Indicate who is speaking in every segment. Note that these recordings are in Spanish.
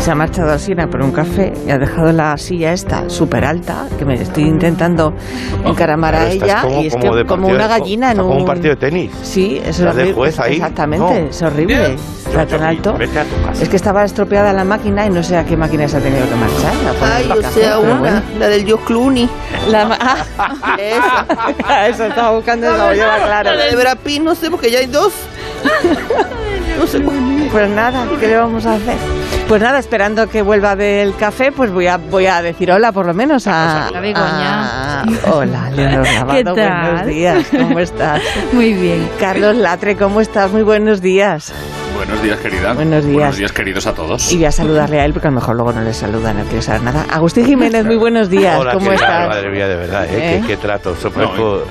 Speaker 1: se ha marchado así por un café y ha dejado la silla esta súper alta que me estoy intentando encaramar
Speaker 2: Claro,
Speaker 1: a
Speaker 2: estás
Speaker 1: ella
Speaker 2: como-
Speaker 1: y es
Speaker 2: como
Speaker 1: que
Speaker 2: de
Speaker 1: como
Speaker 2: partido
Speaker 1: una
Speaker 2: de-
Speaker 1: gallina en
Speaker 2: como
Speaker 1: un,
Speaker 2: un partido de tenis.
Speaker 1: sí
Speaker 2: Estás
Speaker 1: es
Speaker 2: de
Speaker 1: horrible
Speaker 2: juez ahí.
Speaker 1: exactamente
Speaker 2: No.
Speaker 1: es horrible está tan alto
Speaker 2: Vete a tu casa.
Speaker 1: es que estaba estropeada la máquina y no sé a qué máquina se ha tenido que marchar a poner
Speaker 3: Ay,
Speaker 1: el
Speaker 3: o
Speaker 1: café,
Speaker 3: sea,
Speaker 1: pero
Speaker 3: una,
Speaker 1: bueno.
Speaker 3: la del Joe Clooney.
Speaker 1: La ma- ah, esa. eso estaba buscando esa lleva claro
Speaker 3: La de Brad Pitt, no sé, porque ya hay dos. No sé.
Speaker 1: Pues nada, ¿qué le vamos a hacer? Pues nada, esperando que vuelva del café, pues voy a, voy a decir hola por lo menos a...
Speaker 2: Hola,
Speaker 1: a-
Speaker 4: Begoña.
Speaker 1: hola, Leonor Navarro,
Speaker 4: ¿Qué tal?
Speaker 1: buenos días, ¿cómo estás?
Speaker 4: Muy bien.
Speaker 1: Carlos Latre, ¿cómo estás? Muy buenos días.
Speaker 5: Buenos días, querida.
Speaker 1: Buenos días.
Speaker 5: Buenos días, queridos a todos.
Speaker 1: Y voy a saludarle a él porque a lo mejor luego no le saluda, no quiere saber nada. Agustín Jiménez, muy buenos días,
Speaker 2: Hola,
Speaker 1: ¿cómo
Speaker 2: qué tal,
Speaker 1: estás?
Speaker 2: Madre mía, de verdad, ¿eh?
Speaker 1: ¿Eh?
Speaker 2: Qué, qué trato. Se fue
Speaker 5: No, eh.
Speaker 2: por-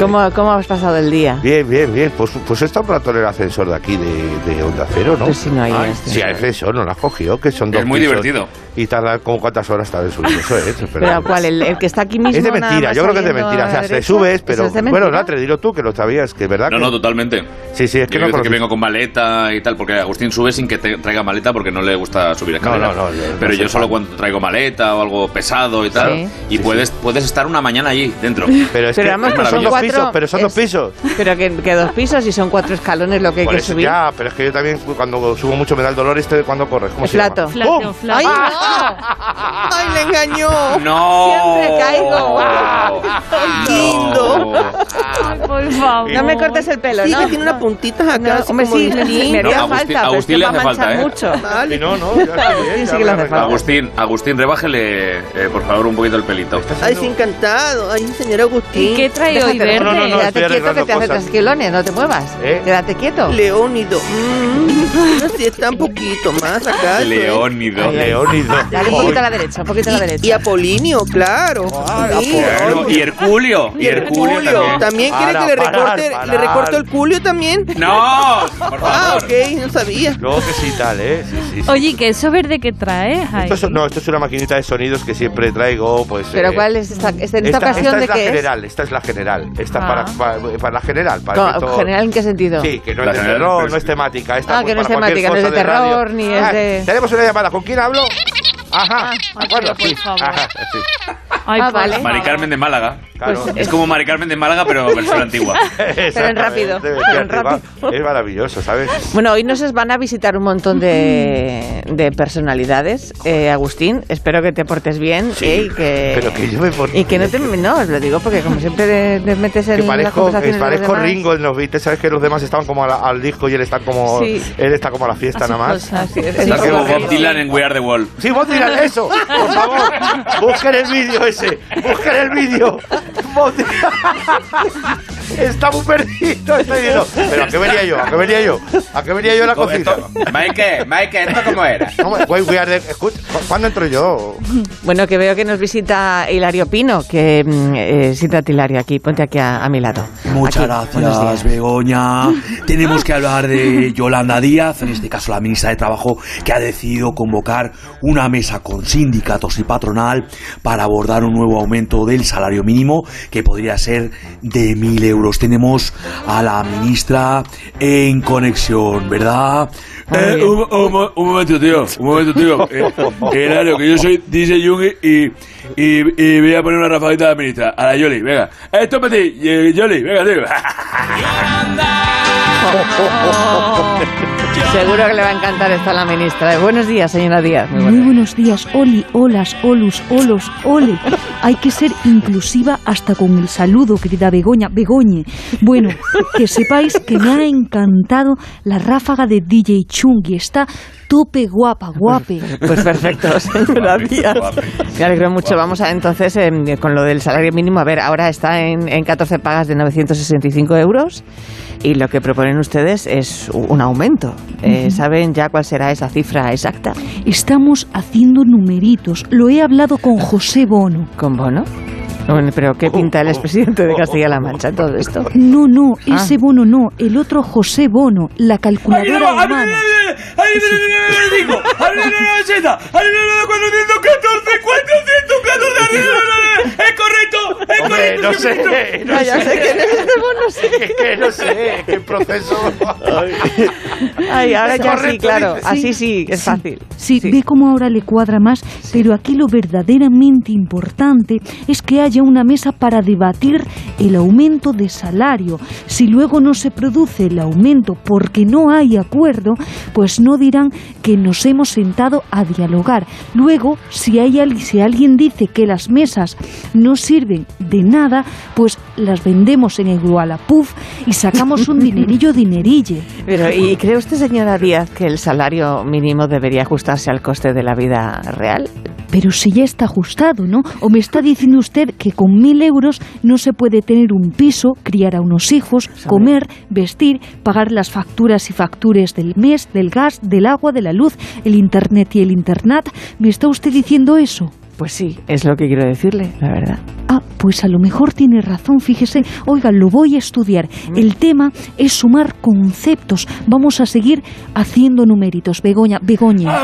Speaker 1: ¿Cómo, ¿Cómo has pasado el día?
Speaker 2: Bien, bien, bien. Pues, pues está un rato en el ascensor de aquí de, de Onda Cero, ¿no?
Speaker 1: Pues si no hay ascensor.
Speaker 2: Sí, hay ascensor, no lo has cogido, que son
Speaker 5: Es
Speaker 2: dos
Speaker 5: muy
Speaker 2: pisos.
Speaker 5: divertido.
Speaker 2: Y tarda como cuántas horas tarda en subir eso, ¿eh? Pero,
Speaker 1: ¿Pero cuál? ¿El, el que está aquí mismo?
Speaker 2: Es de
Speaker 1: nada
Speaker 2: mentira,
Speaker 1: más
Speaker 2: yo creo que es de
Speaker 1: saliendo
Speaker 2: mentira. O
Speaker 1: a
Speaker 2: sea,
Speaker 1: la
Speaker 2: te
Speaker 1: derecha?
Speaker 2: subes,
Speaker 1: ¿Eso
Speaker 2: pero.
Speaker 1: es de
Speaker 2: Bueno,
Speaker 1: mentira?
Speaker 2: Latre, dilo tú que lo sabías, que es verdad.
Speaker 5: No,
Speaker 2: que-
Speaker 5: no, totalmente.
Speaker 2: Sí, sí, es que
Speaker 5: Yo
Speaker 2: no
Speaker 5: creo que
Speaker 2: conoces-
Speaker 5: vengo con maleta y tal, porque Agustín sube sin que te- traiga maleta porque no le gusta subir escaleras.
Speaker 2: No, no, no, yo no
Speaker 5: Pero yo
Speaker 2: soy
Speaker 5: solo
Speaker 2: fan.
Speaker 5: cuando traigo maleta o algo pesado y tal,
Speaker 1: Sí.
Speaker 5: y puedes, puedes estar una mañana allí dentro.
Speaker 2: Pero es
Speaker 1: Pero
Speaker 2: que
Speaker 1: vamos,
Speaker 2: son
Speaker 5: que son
Speaker 2: dos
Speaker 1: cuatro-
Speaker 2: pisos, pero son dos
Speaker 1: es-
Speaker 2: pisos.
Speaker 1: Pero que, que dos pisos y son cuatro escalones lo que hay
Speaker 2: Por
Speaker 1: que
Speaker 2: eso
Speaker 1: subir.
Speaker 2: Ya, pero es que yo también cuando subo mucho me da el dolor este de cuando corres. ¿Cómo
Speaker 1: El
Speaker 2: se
Speaker 1: plato.
Speaker 2: llama?
Speaker 4: Flato,
Speaker 2: ¡Oh!
Speaker 4: flato.
Speaker 3: ¡Ay, no! ¡Ay, le engañó!
Speaker 5: ¡No!
Speaker 1: Siempre caigo.
Speaker 2: ¡Ah!
Speaker 5: ¡No!
Speaker 3: Lindo.
Speaker 4: Ay, por favor.
Speaker 1: No me cortes el pelo,
Speaker 3: Sí,
Speaker 1: ¿no?
Speaker 3: que tiene unas puntitas
Speaker 1: No,
Speaker 3: acá, así
Speaker 1: hombre,
Speaker 3: como
Speaker 1: sí,
Speaker 3: de
Speaker 1: me,
Speaker 3: chin.
Speaker 1: me haría
Speaker 5: No, Agustín-
Speaker 1: falta, pero es
Speaker 5: Agustín
Speaker 1: que
Speaker 5: le
Speaker 1: va a
Speaker 5: hace falta,
Speaker 1: manchar
Speaker 5: ¿eh?
Speaker 1: mucho.
Speaker 2: Y
Speaker 3: Vale.
Speaker 2: no, no, ya está bien,
Speaker 1: Sí,
Speaker 2: ya
Speaker 1: sí que lo
Speaker 2: me
Speaker 1: hace
Speaker 2: arreglo.
Speaker 1: falta.
Speaker 5: Agustín, Agustín, rebájele, eh, por favor, un poquito el pelito.
Speaker 3: Ay, sí, encantado. Ay, señor Agustín.
Speaker 4: ¿Y qué trae
Speaker 1: Déjate,
Speaker 4: hoy verde?
Speaker 2: No, no, no. estoy
Speaker 1: Quédate quieto que
Speaker 2: arreglando
Speaker 1: te hace
Speaker 2: cosas.
Speaker 1: tres kilones, no te muevas.
Speaker 2: ¿Eh?
Speaker 1: Quédate quieto.
Speaker 3: Leónido. Mm, no sé, está un poquito más acá. eso, ¿eh?
Speaker 5: Leónido.
Speaker 1: Ay, ay.
Speaker 2: Leónido.
Speaker 1: Dale un poquito a la derecha, un poquito a la
Speaker 3: Y, y
Speaker 1: derecha.
Speaker 3: Apolinio, claro. Sí,
Speaker 5: Bueno, y Herculio. Y Herculio
Speaker 3: Herculio.
Speaker 5: también.
Speaker 3: ¿También quiere
Speaker 2: Para,
Speaker 3: que le
Speaker 2: parar,
Speaker 3: recorte, le
Speaker 2: parar.
Speaker 3: recorto el culio también?
Speaker 5: ¡No! Por
Speaker 3: Ah,
Speaker 5: favor.
Speaker 3: ok, no sabía.
Speaker 2: Luego que sí, tal, ¿eh? Sí, sí, sí.
Speaker 4: Oye, ¿y ¿qué eso verde que trae? Ay.
Speaker 2: Esto es- no, esto es una maquinita de sonidos que siempre traigo, pues...
Speaker 1: Pero
Speaker 2: eh,
Speaker 1: ¿cuál es esta, esta, en
Speaker 2: Esta,
Speaker 1: esta, ocasión
Speaker 2: esta es
Speaker 1: de
Speaker 2: la
Speaker 1: qué es?
Speaker 2: general, esta es la general. Esta
Speaker 4: Ah.
Speaker 2: para, para, para la general. Para
Speaker 1: Co-
Speaker 2: que todo-
Speaker 1: ¿General en qué sentido?
Speaker 2: Sí, que no
Speaker 5: La
Speaker 2: es de
Speaker 5: general,
Speaker 2: terror,
Speaker 5: pero
Speaker 2: no es
Speaker 5: sí.
Speaker 2: temática. Esta
Speaker 1: Ah, que no es
Speaker 2: pues para cualquier
Speaker 1: temática, no es
Speaker 2: cosa
Speaker 1: de terror,
Speaker 2: radio.
Speaker 1: ni es
Speaker 2: Ah,
Speaker 1: de-
Speaker 2: Tenemos una llamada. ¿Con quién hablo? Ajá.
Speaker 4: Ah,
Speaker 2: ¿de acuerdo?
Speaker 4: pero por
Speaker 2: Sí,
Speaker 4: favor.
Speaker 2: ajá, sí.
Speaker 4: Ay,
Speaker 5: pues,
Speaker 1: Ah,
Speaker 4: por
Speaker 1: vale.
Speaker 4: favor.
Speaker 5: Mari Carmen de Málaga.
Speaker 2: Claro.
Speaker 5: Es como Mari Carmen de Málaga, pero versión antigua.
Speaker 2: Pero
Speaker 1: rápido, pero en rápido.
Speaker 2: Es maravilloso, ¿sabes?
Speaker 1: Bueno, hoy nos van a visitar un montón de, de personalidades. Eh, Agustín, espero que te portes bien. eh, y que,
Speaker 2: pero que yo me porte
Speaker 1: Y que no te... No, os lo digo porque como siempre te, te metes en
Speaker 2: Que
Speaker 1: las
Speaker 2: parezco, que
Speaker 1: conversaciones de los
Speaker 2: parezco
Speaker 1: demás.
Speaker 2: Ringo en los Beatles, ¿sabes? Que los demás estaban como a la- al disco y él está como,
Speaker 1: Sí.
Speaker 2: él está como a la fiesta
Speaker 4: A sus
Speaker 2: nada más.
Speaker 4: cosas.
Speaker 1: Así es,
Speaker 2: Sí,
Speaker 5: Está
Speaker 1: es un
Speaker 5: como
Speaker 1: poco
Speaker 5: Bob
Speaker 1: Ringo.
Speaker 5: Dylan en We Are the Wall.
Speaker 2: Sí, vos dirás eso, por favor. Busquen el vídeo ese. Busquen el vídeo. Vos dir- Está muy perdido este vídeo. Pero ¿a qué venía yo? ¿A qué venía yo? ¿A qué venía yo a la cocina?
Speaker 5: Esto- Maike, Maike, ¿esto cómo era?
Speaker 2: ¿Cómo? Voy- voy a leer- escucha, ¿cu- ¿Cuándo entro yo?
Speaker 1: Bueno, que veo que nos visita Hilario Pino, que mm, eh, siéntate Hilario aquí, ponte aquí a, a mi lado.
Speaker 6: Muchas
Speaker 1: Aquí, buenos
Speaker 6: gracias,
Speaker 1: días.
Speaker 6: Begoña. Tenemos que hablar de Yolanda Díaz, en este caso la ministra de Trabajo, que ha decidido convocar una mesa con sindicatos y patronal para abordar un nuevo aumento del salario mínimo que podría ser de mil euros. Tenemos a la ministra en conexión, ¿verdad?
Speaker 1: Muy
Speaker 7: Eh,
Speaker 1: bien.
Speaker 7: un, un mo- un momento, tío. Un momento, tío. Eh, claro, que yo soy DJ Jung y, y, y voy a poner una rafaguita a la ministra. A la Yoli, venga. Esto para ti, eh, Yoli, venga, tío.
Speaker 1: Seguro que le va a encantar esta la ministra. Eh, Buenos días, señora Díaz. Muy
Speaker 8: Muy
Speaker 1: buenas.
Speaker 8: buenos días, Oli, olas, olus, olos, ole. Hay que ser inclusiva hasta con el saludo, querida Begoña, Begoñe. Bueno, que sepáis que me ha encantado la ráfaga de DJ Chungi. Está tope guapa, guape.
Speaker 1: Pues perfecto, señora
Speaker 5: Guapi,
Speaker 1: Díaz.
Speaker 5: guapi.
Speaker 1: Me alegro mucho. Vamos a entonces eh, em, con lo del salario mínimo. A ver, ahora está en, en 14 pagas de 965 euros. y lo que proponen ustedes es un aumento. Eh, ¿Saben ya cuál será esa cifra exacta?
Speaker 8: Estamos haciendo numeritos. Lo he hablado con José Bono.
Speaker 1: ¿Con bono? Bueno, pero ¿qué pinta el expresidente de Castilla-La Mancha en todo esto?
Speaker 8: No, no,
Speaker 1: Ah.
Speaker 8: ese Bono no. El otro José Bono, la calculadora humana.
Speaker 2: Hombre, no sé, no
Speaker 3: ya sé
Speaker 2: sé.
Speaker 3: quién es este bono, sí.
Speaker 2: Es que no sé, qué proceso.
Speaker 1: Ay, ahora ya sí,
Speaker 2: Correcto,
Speaker 1: claro.
Speaker 2: dices.
Speaker 1: Así sí, es fácil.
Speaker 8: Sí,
Speaker 1: Sí.
Speaker 8: ve cómo ahora le cuadra más, pero aquí lo verdaderamente importante es que haya una mesa para debatir el aumento de salario. Si luego no se produce el aumento porque no hay acuerdo, pues no dirán que nos hemos sentado a dialogar. Luego, si, hay, al- si alguien dice que las mesas no sirven de nada, pues las vendemos en Iguala Puff y sacamos un dinerillo dinerille.
Speaker 1: Pero, ¿y cree usted, señora Díaz, que el salario mínimo debería ajustarse al coste de la vida real?
Speaker 8: Pero si ya está ajustado, ¿no? O me está diciendo usted que con mil euros no se puede tener un piso, criar a unos hijos, comer, vestir, pagar las facturas y factures del mes, del gas, del agua, de la luz, el internet y el internat. ¿Me está usted diciendo eso?
Speaker 1: Pues sí, es lo que quiero decirle, la verdad.
Speaker 8: Ah, pues a lo mejor tiene razón, fíjese. Oiga, lo voy a estudiar. El tema es sumar conceptos. Vamos a seguir haciendo numeritos. Begoña, Begoña.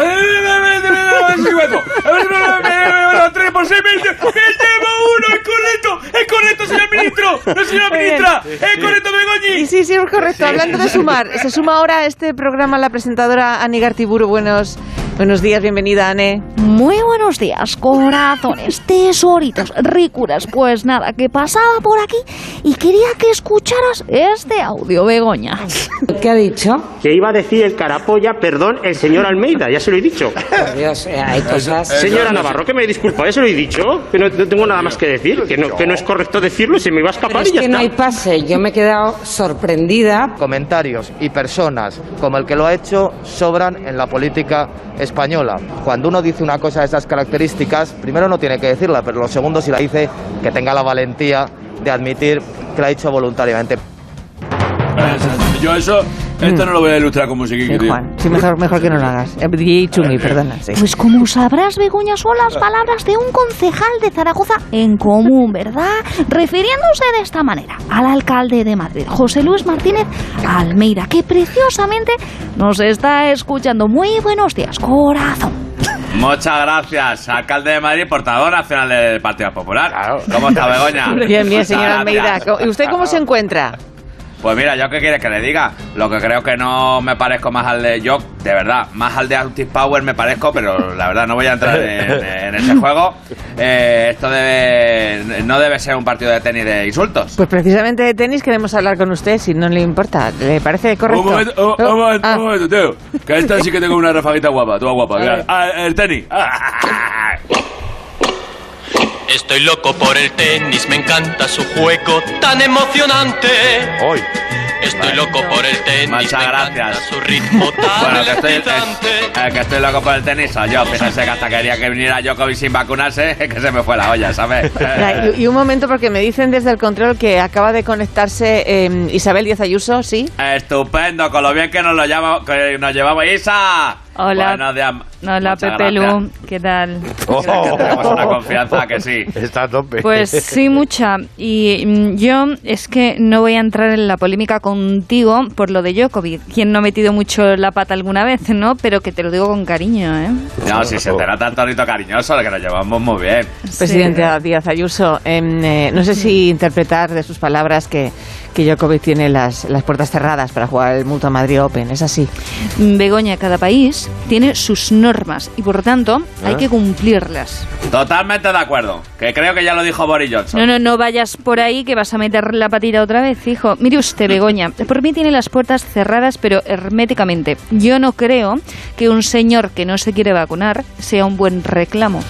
Speaker 7: 3 por 6, me llevo uno, es correcto, es correcto, señor ministro, no señora ministra, es correcto, Begoñi.
Speaker 1: Y sí, sí, es correcto. Hablando de sumar, se suma ahora a este programa la presentadora Ani Gartiburu. Buenos, buenos días, bienvenida, Ane.
Speaker 8: Muy buenos días, corazones, tesoritos, ricuras. Pues nada, que pasaba por aquí y quería que escucharas este audio, Begoña.
Speaker 9: ¿Qué ha dicho?
Speaker 10: Que iba a decir el carapolla, perdón, el señor Almeida, ya se lo he dicho.
Speaker 9: Dios, eh, hay cosas.
Speaker 10: Señora Navarro, que me disculpa, ya se lo he dicho. Que no, no tengo nada más que decir, que no, que no es correcto decirlo, se me iba a
Speaker 9: Pero
Speaker 10: escapar
Speaker 9: es
Speaker 10: y ya
Speaker 9: que no hay
Speaker 10: está.
Speaker 9: pase. Yo me he quedado sorprendida.
Speaker 11: Comentarios y personas como el que lo ha hecho sobran en la política española. Cuando uno dice una cosa de esas características, primero no tiene que decirla, pero lo segundo, si la dice, que tenga la valentía de admitir que la ha hecho voluntariamente.
Speaker 7: Yo eso, esto no lo voy a ilustrar como si
Speaker 1: Sí, Juan. Sí, mejor, mejor que no lo hagas. Eh, DJ Chungi, perdona. sí.
Speaker 8: Pues como sabrás, Begoña, son las palabras de un concejal de Zaragoza en común, ¿verdad? Refiriéndose de esta manera al alcalde de Madrid, José Luis Martínez Almeida, que preciosamente nos está escuchando. Muy buenos días, corazón.
Speaker 5: Muchas gracias, alcalde de Madrid, portavoz nacional del Partido Popular. ¿Cómo está Begoña?
Speaker 1: Bien, bien, señora
Speaker 5: Muchas gracias.
Speaker 1: Almeida. ¿Y usted cómo se encuentra?
Speaker 5: Pues mira, ¿yo qué quieres que le diga? Lo que creo que no me parezco más al de... Yo, de verdad, más al de Altis Power me parezco, pero la verdad no voy a entrar en, en ese juego. Eh, esto debe... No debe ser un partido de tenis de insultos.
Speaker 1: Pues precisamente de tenis queremos hablar con usted, si no le importa. ¿Le parece correcto? Ah.
Speaker 7: Un momento, oh, un, un momento, un momento, Teo. Que esta sí que tengo una rafaguita guapa, toda guapa. mira. Ah, el tenis. Ah.
Speaker 12: Estoy loco por el tenis, me encanta su juego tan emocionante.
Speaker 2: Hoy.
Speaker 12: Estoy loco por el tenis,
Speaker 5: Muchas
Speaker 12: me encanta
Speaker 5: gracias.
Speaker 12: su ritmo tan
Speaker 5: Bueno, que estoy,
Speaker 12: electrizante.
Speaker 5: eh, que estoy loco por el tenis soy yo. Fíjense que hasta quería que viniera Djokovic sin vacunarse, que se me fue la olla, ¿sabes?
Speaker 1: Ya, y, y un momento, porque me dicen desde el control que acaba de conectarse eh, Isabel Díaz Ayuso, ¿sí?
Speaker 5: Estupendo, con lo bien que nos lo llama, que nos llevamos Isa.
Speaker 4: Hola.
Speaker 5: Buenos días.
Speaker 4: Hola,
Speaker 5: Muchas
Speaker 4: Pepe
Speaker 5: gracias.
Speaker 4: Lu, ¿qué tal?
Speaker 2: Oh.
Speaker 5: Creo que tenemos una confianza que sí.
Speaker 2: Está a tope.
Speaker 4: Pues sí, mucha. Y mm, yo es que no voy a entrar en la polémica contigo por lo de Djokovic, quien no ha metido mucho la pata alguna vez, ¿no? Pero que te lo digo con cariño, ¿eh?
Speaker 5: No, si se te nota el torito cariñoso, que nos llevamos muy bien.
Speaker 1: Presidenta Díaz Ayuso, em, eh, no sé si interpretar de sus palabras que, que Djokovic tiene las, las puertas cerradas para jugar el Mutua Madrid Open, ¿es así?
Speaker 4: Begoña, cada país tiene sus normas y por lo tanto hay que cumplirlas.
Speaker 5: Totalmente de acuerdo. Que creo que ya lo dijo Boris Johnson.
Speaker 4: No, no, no vayas por ahí que vas a meter la patita otra vez, hijo. Mire usted, Begoña, por mí tiene las puertas cerradas pero herméticamente. Yo no creo que un señor que no se quiere vacunar sea un buen reclamo.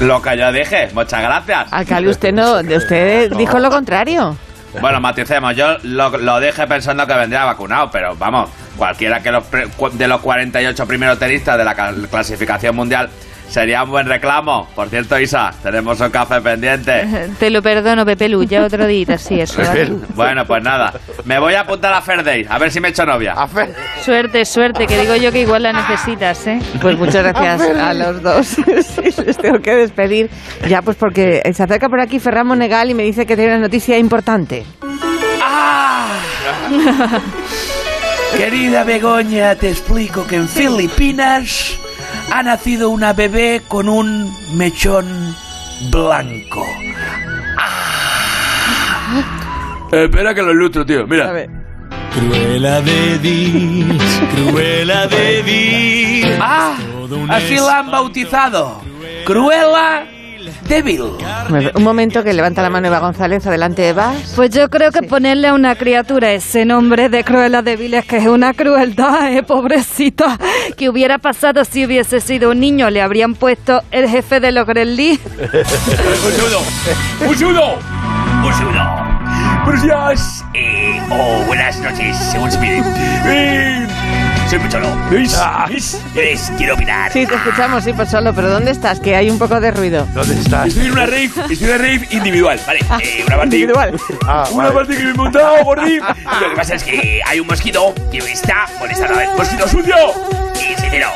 Speaker 5: Lo que yo dije, muchas gracias.
Speaker 1: Alcalde, usted no, de usted dijo lo contrario.
Speaker 5: Bueno, maticemos, yo lo, lo dije pensando que vendría vacunado, pero vamos, cualquiera que los pre- cu- de los 48 primeros tenistas de la cal- clasificación mundial Sería un buen reclamo. Por cierto, Isa, tenemos un café pendiente.
Speaker 4: Te lo perdono, Pepelu, ya otro día, sí, eso. ¿vale?
Speaker 5: Bueno, pues nada. Me voy a apuntar a Fair Day, a ver si me echo novia. A Fair
Speaker 4: Suerte, suerte, que digo yo que igual la necesitas, ¿eh?
Speaker 1: Pues muchas gracias a los dos. Sí, les tengo que despedir. Ya, pues porque se acerca por aquí Ferran Monegal y me dice que tiene una noticia importante.
Speaker 13: Ah. Querida Begoña, te explico que en Filipinas ha nacido una bebé con un mechón blanco.
Speaker 7: Eh, espera que lo ilustro, tío. Mira.
Speaker 13: Cruela de Dis, Cruela de Dis. Ah, así la han bautizado. Cruela débil.
Speaker 1: Un momento que levanta la mano Eva González, adelante Eva.
Speaker 14: Pues yo creo que ponerle a una criatura ese nombre de cruela débil es que es una crueldad, eh, pobrecita. ¿Qué hubiera pasado si hubiese sido un niño? Le habrían puesto el jefe de los Gremlins.
Speaker 13: ¡Un segundo!
Speaker 7: ¡Un segundo!
Speaker 13: ¡Un segundo! Buenos días eh, o buenas noches, según se mire. Eh, soy Pocholo. ¿Veis? ¿Veis? ¿Veis? Quiero opinar. Ah.
Speaker 1: Sí, te escuchamos, sí, pues solo, pero ¿dónde estás? Que hay un poco de ruido.
Speaker 2: ¿Dónde estás?
Speaker 7: Estoy en una rave, estoy en una rave individual, ¿vale? Eh, una parte,
Speaker 1: Ah, individual.
Speaker 7: una parte que me he montado, Gordi.
Speaker 13: Lo que pasa es que hay un mosquito que me está molestando. A ver, mosquito sucio. Y sincero.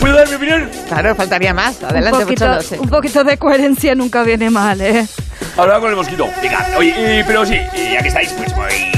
Speaker 7: ¿Puedo dar mi opinión?
Speaker 1: Claro, faltaría más. Adelante,
Speaker 14: un poquito,
Speaker 1: Pocholo, sí.
Speaker 14: un poquito de coherencia nunca viene mal, ¿eh?
Speaker 7: Hablaba con el mosquito.
Speaker 13: Venga, oye, eh, pero sí, eh, ya que estáis, pues voy.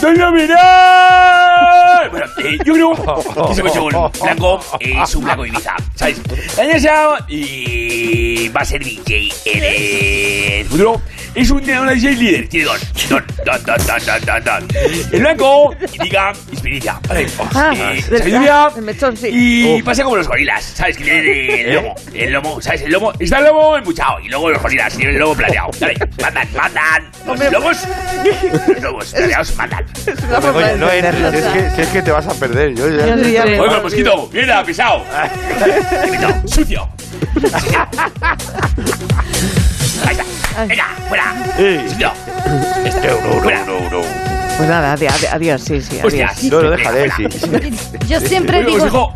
Speaker 7: ¡Doña Mirar!
Speaker 13: Bueno, eh, yo creo que se me echó un blanco, eh, es un blanco Ibiza, ¿sabes? Daniel Sao y eh, va a ser DJ en el futuro.
Speaker 7: Es un una DJ líder.
Speaker 13: Tiene don, don, don, don, don, don, don, don. El blanco, indica experiencia, vale, oh,
Speaker 1: Ah,
Speaker 13: eh,
Speaker 1: ¿verdad?
Speaker 13: sabiduría.
Speaker 1: El mechón, sí. Oh,
Speaker 13: Y pasa como los gorilas, ¿sabes? Que tienen el lomo, el lomo, ¿sabes? El lomo, está el lomo embuchado y luego los gorilas tienen el lomo plateado. Dale, mandan, mandan. Los lobos, los lobos plateados mandan.
Speaker 1: una forma
Speaker 2: Begoña,
Speaker 1: de
Speaker 2: no entres, si es,
Speaker 1: entenderlos.
Speaker 2: que, si es que te vas a perder. Yo ya.
Speaker 1: Yo ya-
Speaker 7: Oye, con el mosquito. Mira, pisado.
Speaker 13: Limpito, sucio. Ahí está. Venga, fuera. Sucio.
Speaker 15: Este
Speaker 2: No,
Speaker 13: Fuera.
Speaker 2: no, no, no.
Speaker 1: Pues nada, adi- adi- adiós, sí, sí, adiós.
Speaker 13: Hostias.
Speaker 2: No, no, déjale, sí. sí.
Speaker 14: Yo siempre
Speaker 7: Oye, os
Speaker 14: digo...
Speaker 7: dejo,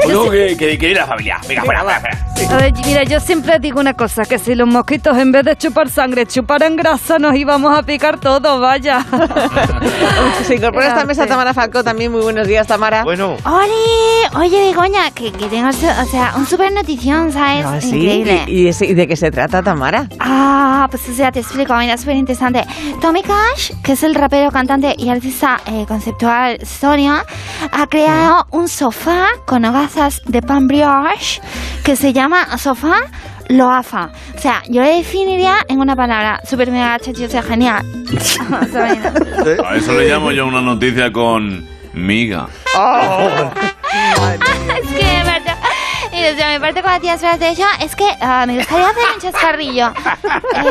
Speaker 7: os dejo que, que, que ir
Speaker 13: La
Speaker 7: a...
Speaker 13: familia. Venga, fuera, fuera, fuera.
Speaker 14: A ver, mira, yo siempre digo una cosa, que si los mosquitos en vez de chupar sangre chuparan grasa, nos íbamos a picar todos, vaya.
Speaker 1: Se incorpora a esta mesa
Speaker 14: Gracias.
Speaker 1: Tamara Falcó también. Muy buenos días, Tamara.
Speaker 2: Bueno,
Speaker 16: ¡Oli! Oye, Begoña, que, que tengo, su- o sea, un super notición, ¿sabes?
Speaker 1: Ah, sí,
Speaker 16: Increíble.
Speaker 1: ¿Y, y ese- y de qué se trata, Tamara?
Speaker 16: Ah, pues o sea, te explico, mira, súper interesante. Tommy Cash, que es el rapero, cantante y artista eh, conceptual Sonia, ha creado un sofá con hogazas de pan brioche que se llama sofá loafa. O sea, yo le definiría en una palabra, súper mega chachi, o sea, genial.
Speaker 5: A eso le llamo yo una noticia con miga.
Speaker 16: es que me parto. Y desde mi parte con las tías horas de ella es que ah, me gustaría hacer un chascarrillo.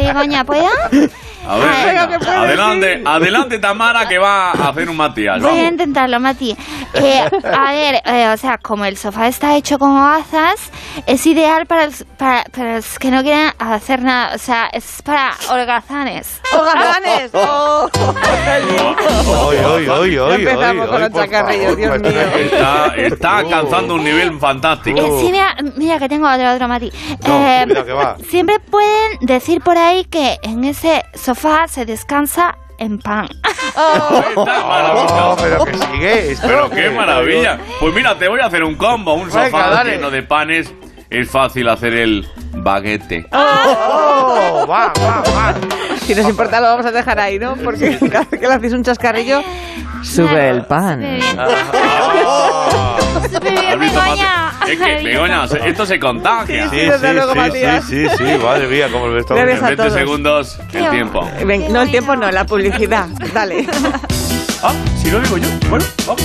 Speaker 16: Eh, Goña, ¿puedo?
Speaker 5: A ver,
Speaker 16: Ah,
Speaker 5: venga,
Speaker 16: venga, que puede,
Speaker 5: adelante, adelante Tamara que va a hacer un Matías.
Speaker 16: Voy a
Speaker 5: Vamos.
Speaker 16: intentarlo, Mati. Eh, a ver, eh, o sea, como el sofá está hecho con hogazas, es ideal para, los- para, para los que no quieren hacer nada. O sea, es para holgazanes.
Speaker 1: ¡Holgazanes! ¡Oh!
Speaker 2: hoy, hoy, hoy, hoy.
Speaker 1: empezamos con los chacarrillos, Dios mío.
Speaker 5: Está,
Speaker 2: Uh.
Speaker 5: está alcanzando un nivel
Speaker 16: Eh, sí,
Speaker 5: fantástico.
Speaker 16: mira, mira que tengo otro, otro, Mati. Eh,
Speaker 2: cuidado que va.
Speaker 16: Siempre pueden decir por ahí que en ese sofá se descansa en pan.
Speaker 5: Está maravilloso.
Speaker 2: No, pero que sigue. esto
Speaker 5: Pero
Speaker 2: no
Speaker 5: qué
Speaker 2: puede.
Speaker 5: maravilla. Pues mira, te voy a hacer un combo, un
Speaker 2: Venga,
Speaker 5: sofá
Speaker 2: dale.
Speaker 5: lleno de panes. Es fácil hacer el baguete.
Speaker 2: Oh, va, va, va.
Speaker 1: Si nos importa, lo vamos a dejar ahí, ¿no? Porque cada vez que le hacéis un chascarrillo, sube el pan.
Speaker 16: Súper
Speaker 5: ¿Has
Speaker 16: bien,
Speaker 5: visto, Mati?
Speaker 16: Begoña.
Speaker 5: Es que, Begoña, se- esto se contagia.
Speaker 2: Sí,
Speaker 1: desde luego,
Speaker 2: sí,
Speaker 1: Matías.
Speaker 2: sí, sí, sí, sí, madre mía, cómo lo estamos
Speaker 1: Gracias
Speaker 5: En
Speaker 1: a
Speaker 5: 20
Speaker 2: viendo.
Speaker 1: todos.
Speaker 5: segundos, el tiempo.
Speaker 1: Ven, no, el tiempo no, la publicidad. Dale.
Speaker 7: Ah, si lo digo yo. Bueno, vamos.